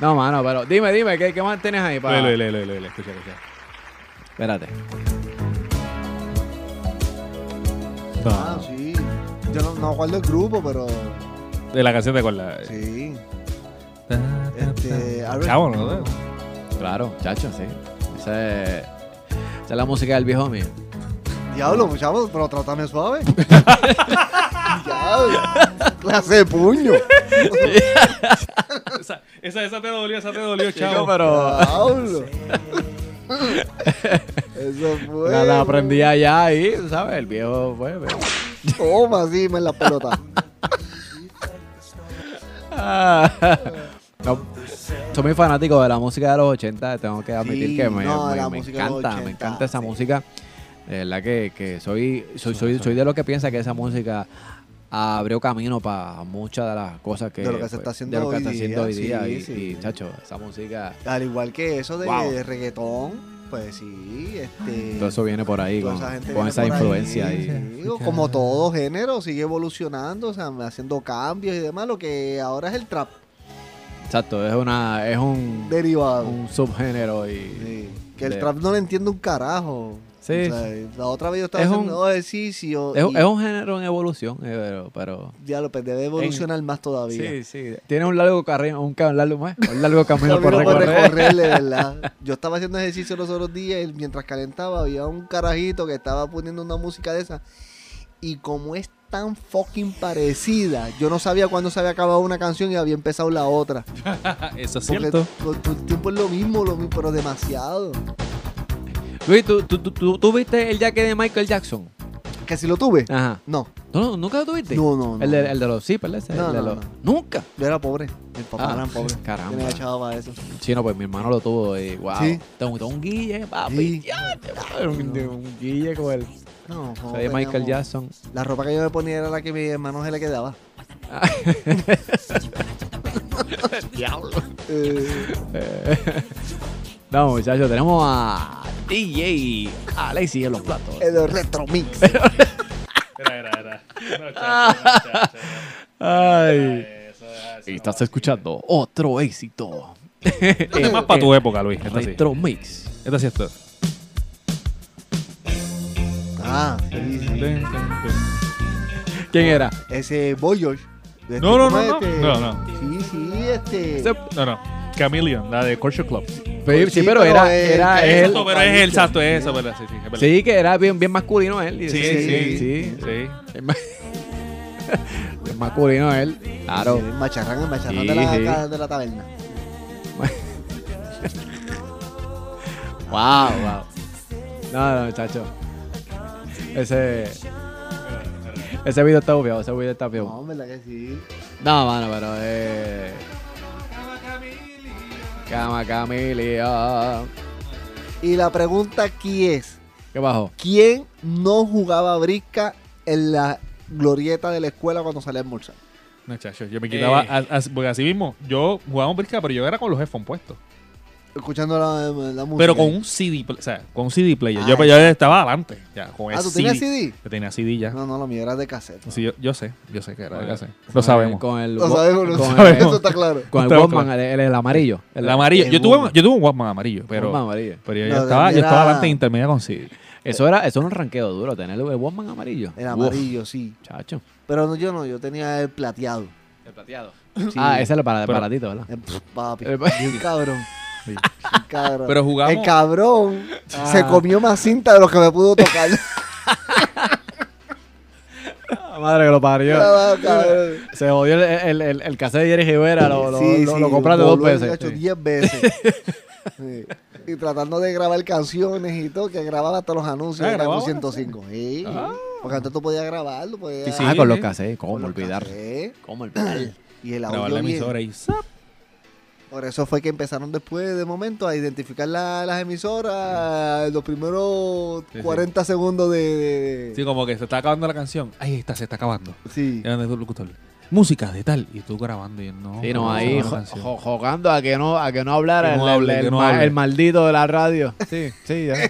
S2: No, mano, pero dime, dime, ¿qué, qué más tienes ahí? Para...
S3: Lele, lele, lele, escucha, escucha.
S2: Espérate.
S4: Ah, sí. Yo no, no acuerdo el grupo, pero
S3: De la canción de Corla.
S4: sí.
S3: Este,
S4: Este, a ver.
S3: Chavo, ¿no?
S2: Claro, chacho, sí. Esa es, esa es la música del viejo mío.
S4: Diablo, muchachos, pero trátame suave. Diablo. Clase de puño.
S3: Esa, esa, esa te dolió, esa te dolió,
S2: No,
S3: chavo.
S2: pero
S4: Diablo. Eso fue.
S2: la, la aprendí allá ahí, tú ¿sabes? El viejo pues, fue. pero-
S4: Toma, sí, me en la pelota.
S2: Ah, no, soy muy fanático de la música de los 80, tengo que admitir
S4: Sí,
S2: que me,
S4: no,
S2: me-
S4: la
S2: me
S4: música de los
S2: encanta, me
S4: 80,
S2: encanta esa
S4: sí.
S2: música. De verdad que, que soy, soy, soy, soy de los que piensa que esa música abrió camino para muchas de las cosas que,
S4: De lo que se está
S2: pues,
S4: haciendo
S2: de lo que
S4: hoy
S2: está
S4: día,
S2: haciendo hoy
S4: sí,
S2: día. y,
S4: sí.
S2: y, chacho, esa música,
S4: Al igual que eso de
S2: Wow.
S4: reggaetón, pues sí, este.
S2: todo eso viene por ahí
S4: toda
S2: con,
S4: gente
S2: con
S4: viene
S2: esa
S4: por ahí,
S2: influencia. ahí.
S4: sí, o como todo género sigue evolucionando, o sea, haciendo cambios y demás, lo que ahora es el trap
S2: Exacto, es una es un,
S4: derivado.
S2: un subgénero y
S4: Sí, Que el
S2: De-
S4: trap no le entiende un carajo.
S2: Sí,
S4: O sea, la otra vez yo estaba
S2: Es
S4: haciendo ejercicio.
S2: es,
S4: y
S2: es un género en evolución, eh, pero, pero
S4: Ya lo pues, debe evolucionar más todavía.
S2: sí, sí, tiene un largo camino, un, ca- largo, ¿eh? un largo camino por
S4: Camino por
S2: recorrer.
S4: recorrer, de verdad. Yo estaba haciendo ejercicio los otros días y mientras calentaba había un carajito que estaba poniendo una música de esa. Y como es tan fucking parecida, yo no sabía cuándo se había acabado una canción y había empezado la otra.
S3: Eso es
S4: Porque
S3: cierto.
S4: con- todo el tiempo es lo mismo, lo mismo, pero demasiado.
S2: Luis, ¿tú, tú, tú, tú- tú viste el jaque de Michael Jackson?
S4: ¿Que si lo tuve?
S2: Ajá.
S4: No,
S2: ¿Tú no- ¿Nunca lo tuviste?
S4: no, no. no.
S2: El de, el de los zippers, ese,
S4: No,
S2: el de
S4: no,
S2: los- Nunca.
S4: Yo era pobre. Mi papá
S2: Ah,
S4: era pobre.
S2: caramba.
S4: Tenía chavo para eso.
S2: Sí, no, pues mi hermano lo tuvo y wow.
S4: Sí.
S2: Tengo, tengo un guille, papi.
S4: Sí.
S2: ya, te va, un, un guille con él.
S4: No, no
S2: Sería Michael
S4: teníamos-
S2: Jackson.
S4: La ropa que yo me ponía era la que mi hermano se le quedaba. Diablo.
S2: No, muchachos, tenemos a DJ Alexi en los platos.
S4: el retro mix.
S3: Era, era, era. No, chacho, no, chacho, no.
S2: Ay.
S3: Eso, eso,
S2: Y
S3: no.
S2: estás escuchando otro éxito.
S3: Este es más para
S2: Eh,
S3: tu época, Luis. Esta sí.
S2: Retro Mix.
S3: Esta sí está.
S4: Ah, sí, sí.
S2: ¿Quién era?
S4: ese este, Boyosh.
S3: No, no, no, no. No, no.
S4: Sí, sí, este.
S2: Ese-
S3: No, no. Chameleon, la de Culture Club.
S2: Sí, sí, pero era,
S4: el-
S2: era
S4: el-
S2: él.
S3: Exacto, pero es el exacto, es eso, ¿verdad? Sí, sí, es verdad.
S2: Sí, que era bien, bien masculino él. Y-
S3: Sí, sí, sí. sí.
S2: El ma- El masculino él. Claro.
S4: El macharrán, el macharrán
S2: Sí,
S4: de, la,
S2: sí.
S4: ca- de la taberna.
S2: Wow, wow. No, no, muchacho. Ese. Ese video está obvio, ese video está obvio.
S4: No, verdad que sí.
S2: No, mano, pero eh. Cama Camilia.
S4: Y la pregunta aquí es:
S2: ¿Qué bajó?
S4: ¿quién no jugaba brisca en la glorieta de la escuela cuando salía a almorzar?
S3: No, chacho, yo me quitaba.
S2: Eh.
S3: a- a- porque así mismo, yo jugaba un brisca, pero yo era con los headphones puestos.
S4: Escuchando la, la música.
S3: Pero con un CD, pl- o sea, con un CD player.
S4: Ah,
S3: yo, yo estaba adelante. Ya, con
S4: Ah,
S3: el
S4: ¿tú tenías Ah. CD?
S3: Yo tenía CD ya.
S4: No, no, lo mío era de cassette.
S3: Sí, yo, yo sé, yo sé que era de
S2: Bueno,
S3: cassette. Lo sabemos.
S2: Con el.
S4: Lo
S2: wa-
S4: sabemos, lo
S2: con el-
S4: sabemos. Eso está claro.
S2: Con el
S3: Está
S2: Walkman, el, el- el amarillo.
S3: El amarillo.
S4: el
S3: Yo tuve,
S4: Walkman.
S3: un- yo tuve un Walkman amarillo, pero, eh,
S2: Walkman amarillo.
S3: pero yo,
S4: No,
S3: yo estaba, yo
S4: era-
S3: estaba adelante en intermedia con CD.
S2: Eso era, eso era un ranqueo duro, tener el Walkman amarillo.
S4: El
S2: Uf,
S4: amarillo, sí.
S2: chacho.
S4: Pero no, yo no, yo tenía el plateado.
S2: El plateado.
S4: Sí.
S2: Ah, ese era para el
S3: Pero-
S2: aparatito, ¿verdad?
S4: Eh, pff, Papi,
S2: El pa-
S4: bien cabrón.
S3: Sí.
S4: Bien cabrón.
S3: Pero jugamos-
S4: El cabrón
S2: Ah.
S4: se comió más cinta de lo que me pudo tocar.
S2: madre que lo parió.
S4: Ah, cabrón.
S2: Se jodió el, el, el, el cassette de Jerry Rivera, lo, lo, lo, lo compraste dos
S4: voló el
S2: veces.
S4: gacho
S2: Sí.
S4: 10 veces. Sí. Y tratando de grabar canciones y todo, que grababa hasta los anuncios
S3: Ah,
S4: de
S3: ¿grababa?
S4: Canal 105. Sí. Porque antes tú podías grabarlo, podías.
S3: Sí, sí.
S2: Ah, con los
S3: sí.
S2: cassettes, cómo
S4: Con los
S2: olvidar.
S4: cassettes.
S2: Cómo olvidar.
S4: Y el audio.
S3: Grabar la
S4: bien.
S3: emisora y zap.
S4: Por eso fue que empezaron después de momento a identificar la- las emisoras los primeros
S3: Sí, sí.
S4: 40 segundos de. de-
S3: Sí, como que se está acabando la canción. Ahí está, se está acabando.
S4: sí.
S3: Y donde tú, locutor, Música de tal. Y tú grabando y yo, no.
S2: Sí,
S3: no,
S2: no, ahí
S3: no,
S2: jo-
S3: canción.
S2: jo- jugando a que no, a que no hablara
S3: Que no
S2: el- el-
S3: hable,
S2: el,
S3: que no
S2: ma-
S3: hable.
S2: el maldito de la radio. Sí, sí, ya.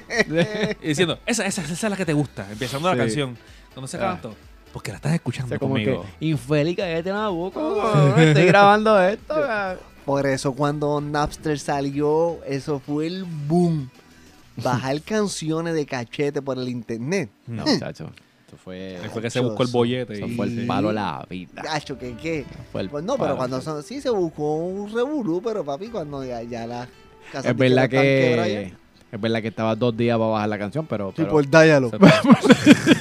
S3: Y diciendo, esa, esa, esa es la que te gusta. Empezando
S2: Sí. Ah.
S3: la canción. Cuando se acaba todo, Porque la estás escuchando
S2: O sea, como
S3: conmigo.
S2: que, infeliz, cállate la boca, cabrón, estoy grabando esto.
S4: Por eso cuando Napster salió, eso fue el boom. Bajar canciones de cachete por el internet.
S2: No, muchacho, esto fue,
S3: Después que se buscó el bollete.
S2: eso
S3: y-
S2: fue el palo a la vida.
S4: Gacho, que Ah, qué.
S2: Fue el
S4: Pues no,
S2: palo.
S4: pero cuando son, sí se buscó un reburú, pero papi, cuando ya, ya las casas
S2: Es verdad
S4: disqueras están
S2: que
S4: quebradas
S2: es verdad que estaba dos días para bajar la canción, pero,
S4: ya.
S2: pero-
S4: Tipo el diálogo.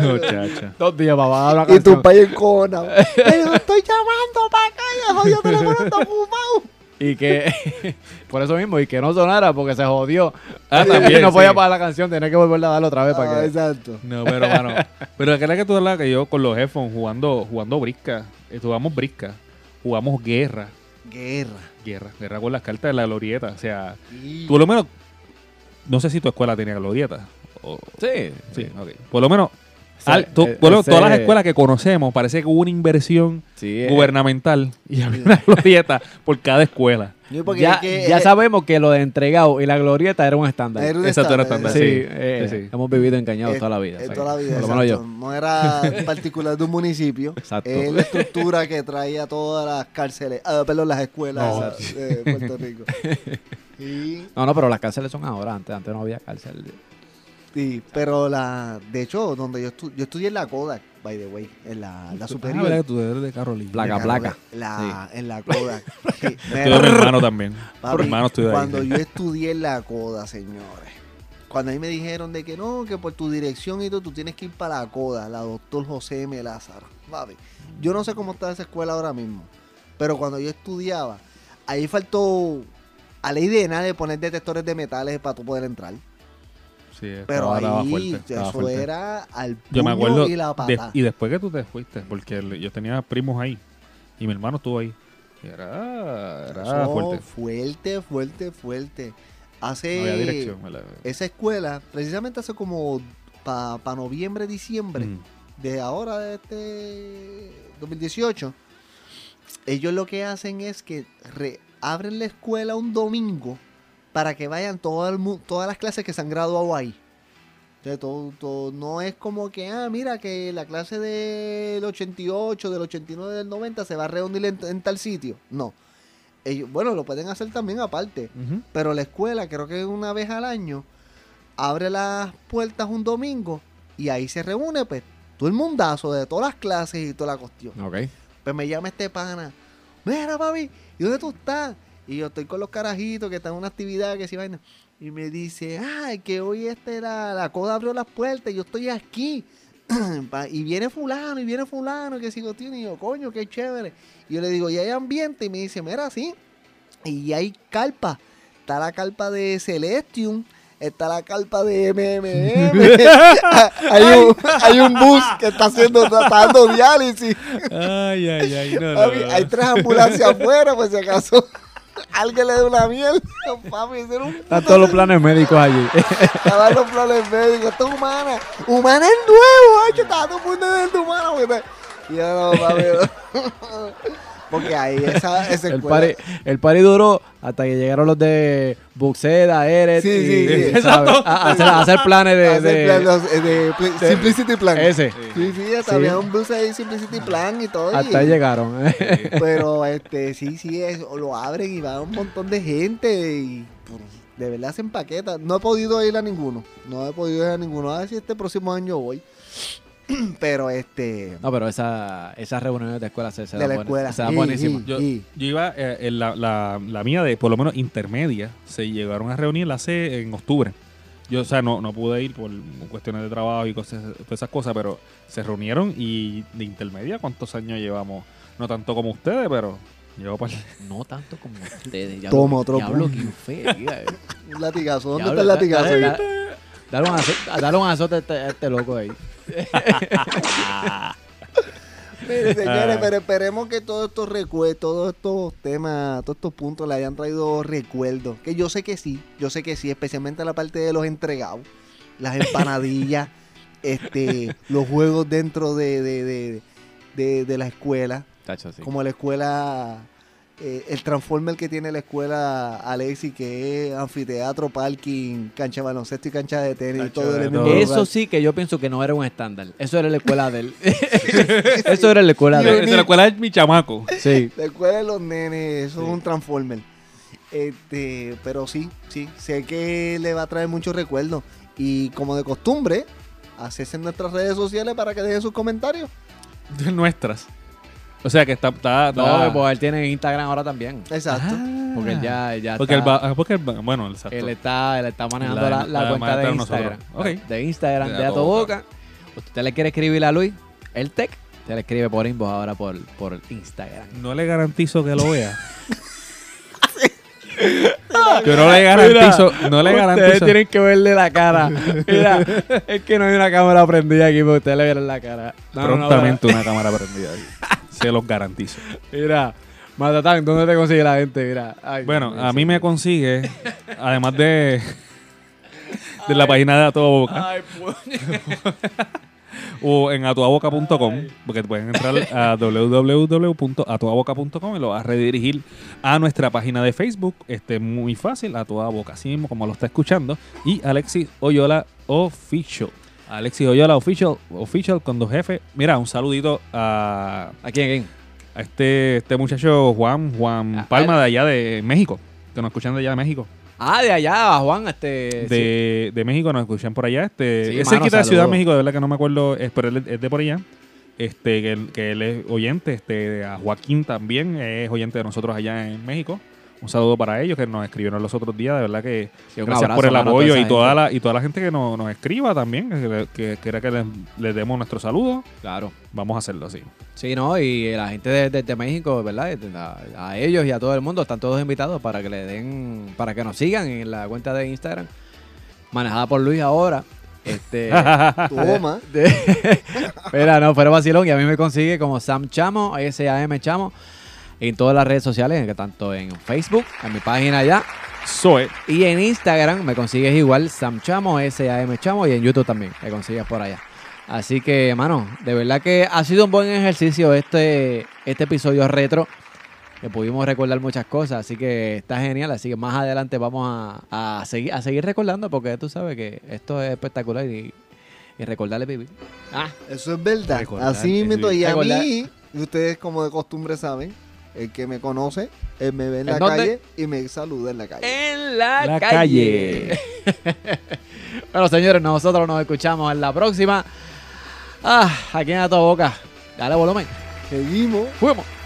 S3: No,
S4: eh.
S3: chacha.
S2: dos días para bajar la
S4: Y
S2: canción.
S4: tu país en cona. Pero estoy llamando para acá, y el jodido teléfono está fumado.
S2: Y que por eso mismo y que no sonara porque se jodió.
S3: Ah,
S2: Y
S3: también,
S2: no podía
S3: sí.
S2: pagar la canción, tenía que volverla a darle otra vez para
S4: Ah,
S2: que
S4: Exacto.
S3: No, pero mano. pero aquella que tú hablabas que yo con los headphones jugando, jugando brisca. eh, jugamos brisca. Jugamos guerra.
S4: Guerra.
S3: Guerra. Guerra con las cartas de la glorieta. O sea,
S4: Y-
S3: tú por lo menos. No sé si tu escuela tenía glorieta. o-
S2: Sí,
S3: sí, ok. Por lo menos. al- tú-
S2: eh,
S3: por lo-
S2: ese-
S3: todas las escuelas que conocemos, parece que hubo una inversión
S2: sí, eh,
S3: gubernamental y había una glorieta por cada escuela.
S4: No, porque
S2: ya,
S4: es que-
S2: ya
S4: eh,
S2: sabemos que lo de entregado y la glorieta era un estándar.
S4: era un
S3: Exacto, era
S4: estándar,
S3: estándar,
S2: Sí,
S3: sí,
S2: eh,
S3: sí, sí.
S2: hemos vivido engañados
S4: Eh,
S2: toda la vida.
S4: eh,
S2: sí.
S4: toda la vida,
S2: Por lo menos
S4: exacto.
S2: yo.
S4: No era en particular de un municipio.
S2: Exacto.
S4: Es la estructura que traía todas las cárceles, ah, perdón, las escuelas de Puerto Rico. Y,
S2: No, no, pero las cárceles son ahora. Antes, antes no había cárcel.
S4: y- pero la, de hecho, donde yo, estu- yo estudié en la Kodak, by the way, en la, la
S3: Ah, ¿verdad
S4: superior.
S3: que tú eres de Carolina.
S2: Placa,
S4: En la-
S2: placa.
S4: la- En la Kodak. Sí,
S3: Estudio de mi
S4: mira,
S3: hermano también.
S4: papi,
S3: mi hermano estudió ahí.
S4: cuando yo estudié en la Kodak, señores. Cuando a mí me dijeron de que no, que por tu dirección y todo, tú tienes que ir para la coda, la doctor José M. Lázaro. Papi, yo no sé cómo está esa escuela ahora mismo, pero cuando yo estudiaba, ahí faltó a ley de nada de poner detectores de metales para tú poder entrar.
S3: Sí, estaba-
S4: Pero
S3: estaba
S4: ahí
S3: fuerte, estaba
S4: eso
S3: fuerte.
S4: era al puño
S3: Yo me acuerdo.
S4: y la
S3: de-
S4: pata.
S3: y después que tú te fuiste, porque el- yo tenía primos ahí. Y mi hermano estuvo ahí. Y Era, era
S4: Eso,
S3: fuerte.
S4: Fuerte, fuerte, fuerte. Hace.
S3: No había dirección. ¿verdad?
S4: Esa escuela, precisamente hace como para noviembre, diciembre,
S3: Mm.
S4: de ahora, de este 2018, ellos lo que hacen es que re- abren la escuela un domingo para que vayan todo el mu- todas las clases que se han graduado ahí. Entonces, todo, todo- no es como que, ah, mira, que la clase del 88, del 89, del 90 se va a reunir en, en tal sitio. No. Ellos, bueno, lo pueden hacer también aparte.
S3: Ujú.
S4: Pero la escuela, creo que una vez al año, abre las puertas un domingo y ahí se reúne, pues, todo el mundazo de todas las clases y toda la cuestión.
S2: Ok.
S4: Pues me llama este pana. Mira, papi, ¿y dónde tú estás? Y yo estoy con los carajitos que están en una actividad que si vaina. Y me dice, ay, que hoy este la, la coda abrió las puertas y yo estoy aquí. Pa- y viene fulano, y viene fulano, que sigo tiene. Y yo, coño, qué chévere. Y yo le digo, ¿y hay ambiente? Y me dice, mira, sí. Y hay carpa. Está la carpa de Celestium. Está la carpa de MMM. hay, un, hay un bus que está haciendo, está dando diálisis.
S3: Ay, ay, ay. No, no,
S4: Papi,
S3: no, no.
S4: hay tres ambulancias afuera, pues si acaso alguien le dé una mierda, papi, ese era un
S2: Están todos los planes médicos allí.
S4: estaban los planes médicos, esto es humana, humana es nuevo, hecho, estaba todo el mundo de humana, güey. Y yo no, papi, no. porque ahí esa, esa
S2: El
S4: escuela,
S2: party, el party duró hasta que llegaron los de Buxeda, Eret.
S4: Sí,
S2: y-
S4: sí, sí.
S2: ¿sabes? A, a hacer, a hacer planes de.
S4: hacer
S2: de-
S4: plan- los, eh, de pl-
S2: de-
S4: Simplicity Plan.
S2: ese.
S4: Sí, sí, hasta
S2: Sí.
S4: había un blues ahí, Simplicity Plan y todo.
S2: Hasta ahí
S4: y-
S2: llegaron.
S4: Pero este, sí, sí, es- lo abren y va un montón de gente y pues, de verdad se empaqueta. No he podido ir a ninguno. No he podido ir a ninguno. A ver si este próximo año voy. Pero este,
S2: No, pero esa, esas reuniones de escuela se, se
S4: de
S2: dan
S4: la
S2: buenas-
S4: escuela.
S2: se dan
S4: sí,
S2: buenísimas.
S4: sí,
S3: Yo,
S4: sí.
S3: yo iba, eh, en la, la- la mía de por lo menos intermedia, se llegaron a reunir hace en octubre. Yo, o sea, no, no pude ir por cuestiones de trabajo y cosas, todas esas cosas, pero se reunieron y de intermedia, ¿cuántos años llevamos? No tanto como ustedes, pero llevo para
S1: No tanto como ustedes. Ya
S4: Toma
S1: hablo-
S4: otro
S1: ya hablo
S4: punto.
S1: que infeliz, eh.
S4: Un latigazo. ¿Dónde
S2: Ya
S4: está el
S2: hablo,
S4: latigazo?
S2: da- da- Dale un azote, dale un azote a, este, a este loco ahí.
S4: Mire, señores, pero esperemos que todos estos recuerdos, todos estos temas, todos estos puntos le hayan traído recuerdos. Que yo sé que sí, yo sé que sí, especialmente la parte de los entregados, las empanadillas, este, los juegos dentro de, de, de- de- de la escuela,
S2: Tacho, sí.
S4: como la escuela, eh, el transformer que tiene la escuela Alexi, que es anfiteatro, parking, cancha de baloncesto y cancha de tenis,
S3: Tacho,
S4: todo en
S3: de
S4: el mismo
S3: todo.
S2: Eso
S4: lugar.
S2: sí que yo pienso que no era un estándar. Eso era la escuela de él. Eso era la escuela de
S3: allá.
S2: él.
S3: Se recuerda mi chamaco.
S2: Sí.
S4: La escuela de los nenes, eso
S3: Sí.
S4: es un Transformer. Este, pero sí, sí, sé que le va a traer muchos recuerdos. Y como de costumbre, haces en nuestras redes sociales para que dejen sus comentarios.
S3: De nuestras. O sea, que está... está, está-
S2: No, pues él tiene Instagram ahora también.
S4: Exacto.
S2: Porque él ya, ya
S3: Porque el,
S2: está,
S3: ba- ah, porque el ba- bueno, exacto.
S2: él está, él está manejando
S3: La
S2: la,
S3: de-
S2: la
S3: la
S2: cuenta de
S3: manejaron nosotros.
S2: Instagram.
S3: Ok.
S2: De Instagram,
S3: De
S2: de,
S3: A
S2: A
S3: Tu
S2: Tu Boca. Usted le quiere escribir a Luis, el tech, usted le escribe por inbox ahora por, por Instagram.
S3: No le garantizo que lo vea. Yo no le garantizo, no le garantizo.
S2: que verle la cara. Mira, es que no hay una cámara prendida aquí para ustedes le vieron la cara.
S3: prontamente una cámara prendida. Se los garantizo.
S2: Mira, Matatán, ¿dónde te consigue la gente? Mira. ay,
S3: Bueno,
S2: Dios mío,
S3: a mí
S2: sí.
S3: me consigue, además de de la página de Atuaboca
S2: Ay, puñe-
S3: o en atuaboca.com, porque pueden entrar a www.atuaboca.com y lo vas a redirigir a nuestra página de Facebook. Este muy fácil, Atuaboca, así mismo como lo está escuchando. Y Alexis Oyola Official. Alexis Oyola Official, Official con dos jefes. Mira, un saludito a
S2: ¿A quién, a quién?
S3: a este, este muchacho Juan, Juan
S2: Ah,
S3: Palma de allá de México, que nos escuchan de allá de México.
S2: Ah, de allá, a Juan, este. sí.
S3: De, de México nos escuchan por allá. Este,
S2: Sí,
S3: es
S2: mano,
S3: cerquita de
S2: saludos.
S3: Ciudad de México, de verdad que no me acuerdo, es, pero él es- es de por allá. Este, que él, que él es oyente, este, a Joaquín también es oyente de nosotros allá en México. Un saludo para ellos que nos escribieron los otros días, de verdad que
S2: Sí, un
S3: gracias
S2: abrazo,
S3: por el
S2: mano, a
S3: apoyo
S2: esa
S3: y toda,
S2: gente.
S3: la, y toda la gente que nos, nos escriba también, que, que, que era que les, les demos nuestro saludo.
S2: Claro.
S3: Vamos a hacerlo así.
S2: Sí, no, y la gente de, de- de México, ¿verdad? A, a ellos y a todo el mundo están todos invitados para que le den, para que nos sigan en la cuenta de Instagram, manejada por Luis ahora. Este,
S4: Toma.
S2: de- Espera, no, pero vacilón. Y a mí me consigue como Sam Chamo, S-A-M Chamo, en todas las redes sociales, que tanto en Facebook, en mi página ya,
S3: Soy.
S2: y en Instagram me consigues igual Sam Chamo, S-A-M Chamo, y en YouTube también me consigues por allá. Así que, mano, de verdad que ha sido un buen ejercicio este, este episodio retro, que pudimos recordar muchas cosas, así que está genial. Así que más adelante vamos a, a seguir, a seguir recordando, porque tú sabes que esto es espectacular y, y recordarle vivir.
S4: Eso es verdad.
S2: Recordar,
S4: Así mismo.
S2: sí.
S4: Y a
S2: Recordar.
S4: mí, ustedes como de costumbre saben, el que me conoce, él me ve en la
S2: ¿En dónde?
S4: calle y me saluda en la calle.
S2: en la,
S3: La
S2: calle. bueno, señores, nosotros nos escuchamos en la próxima. Ah, aquí en A Toda Boca. Dale volumen.
S4: Seguimos.
S2: Fuimos.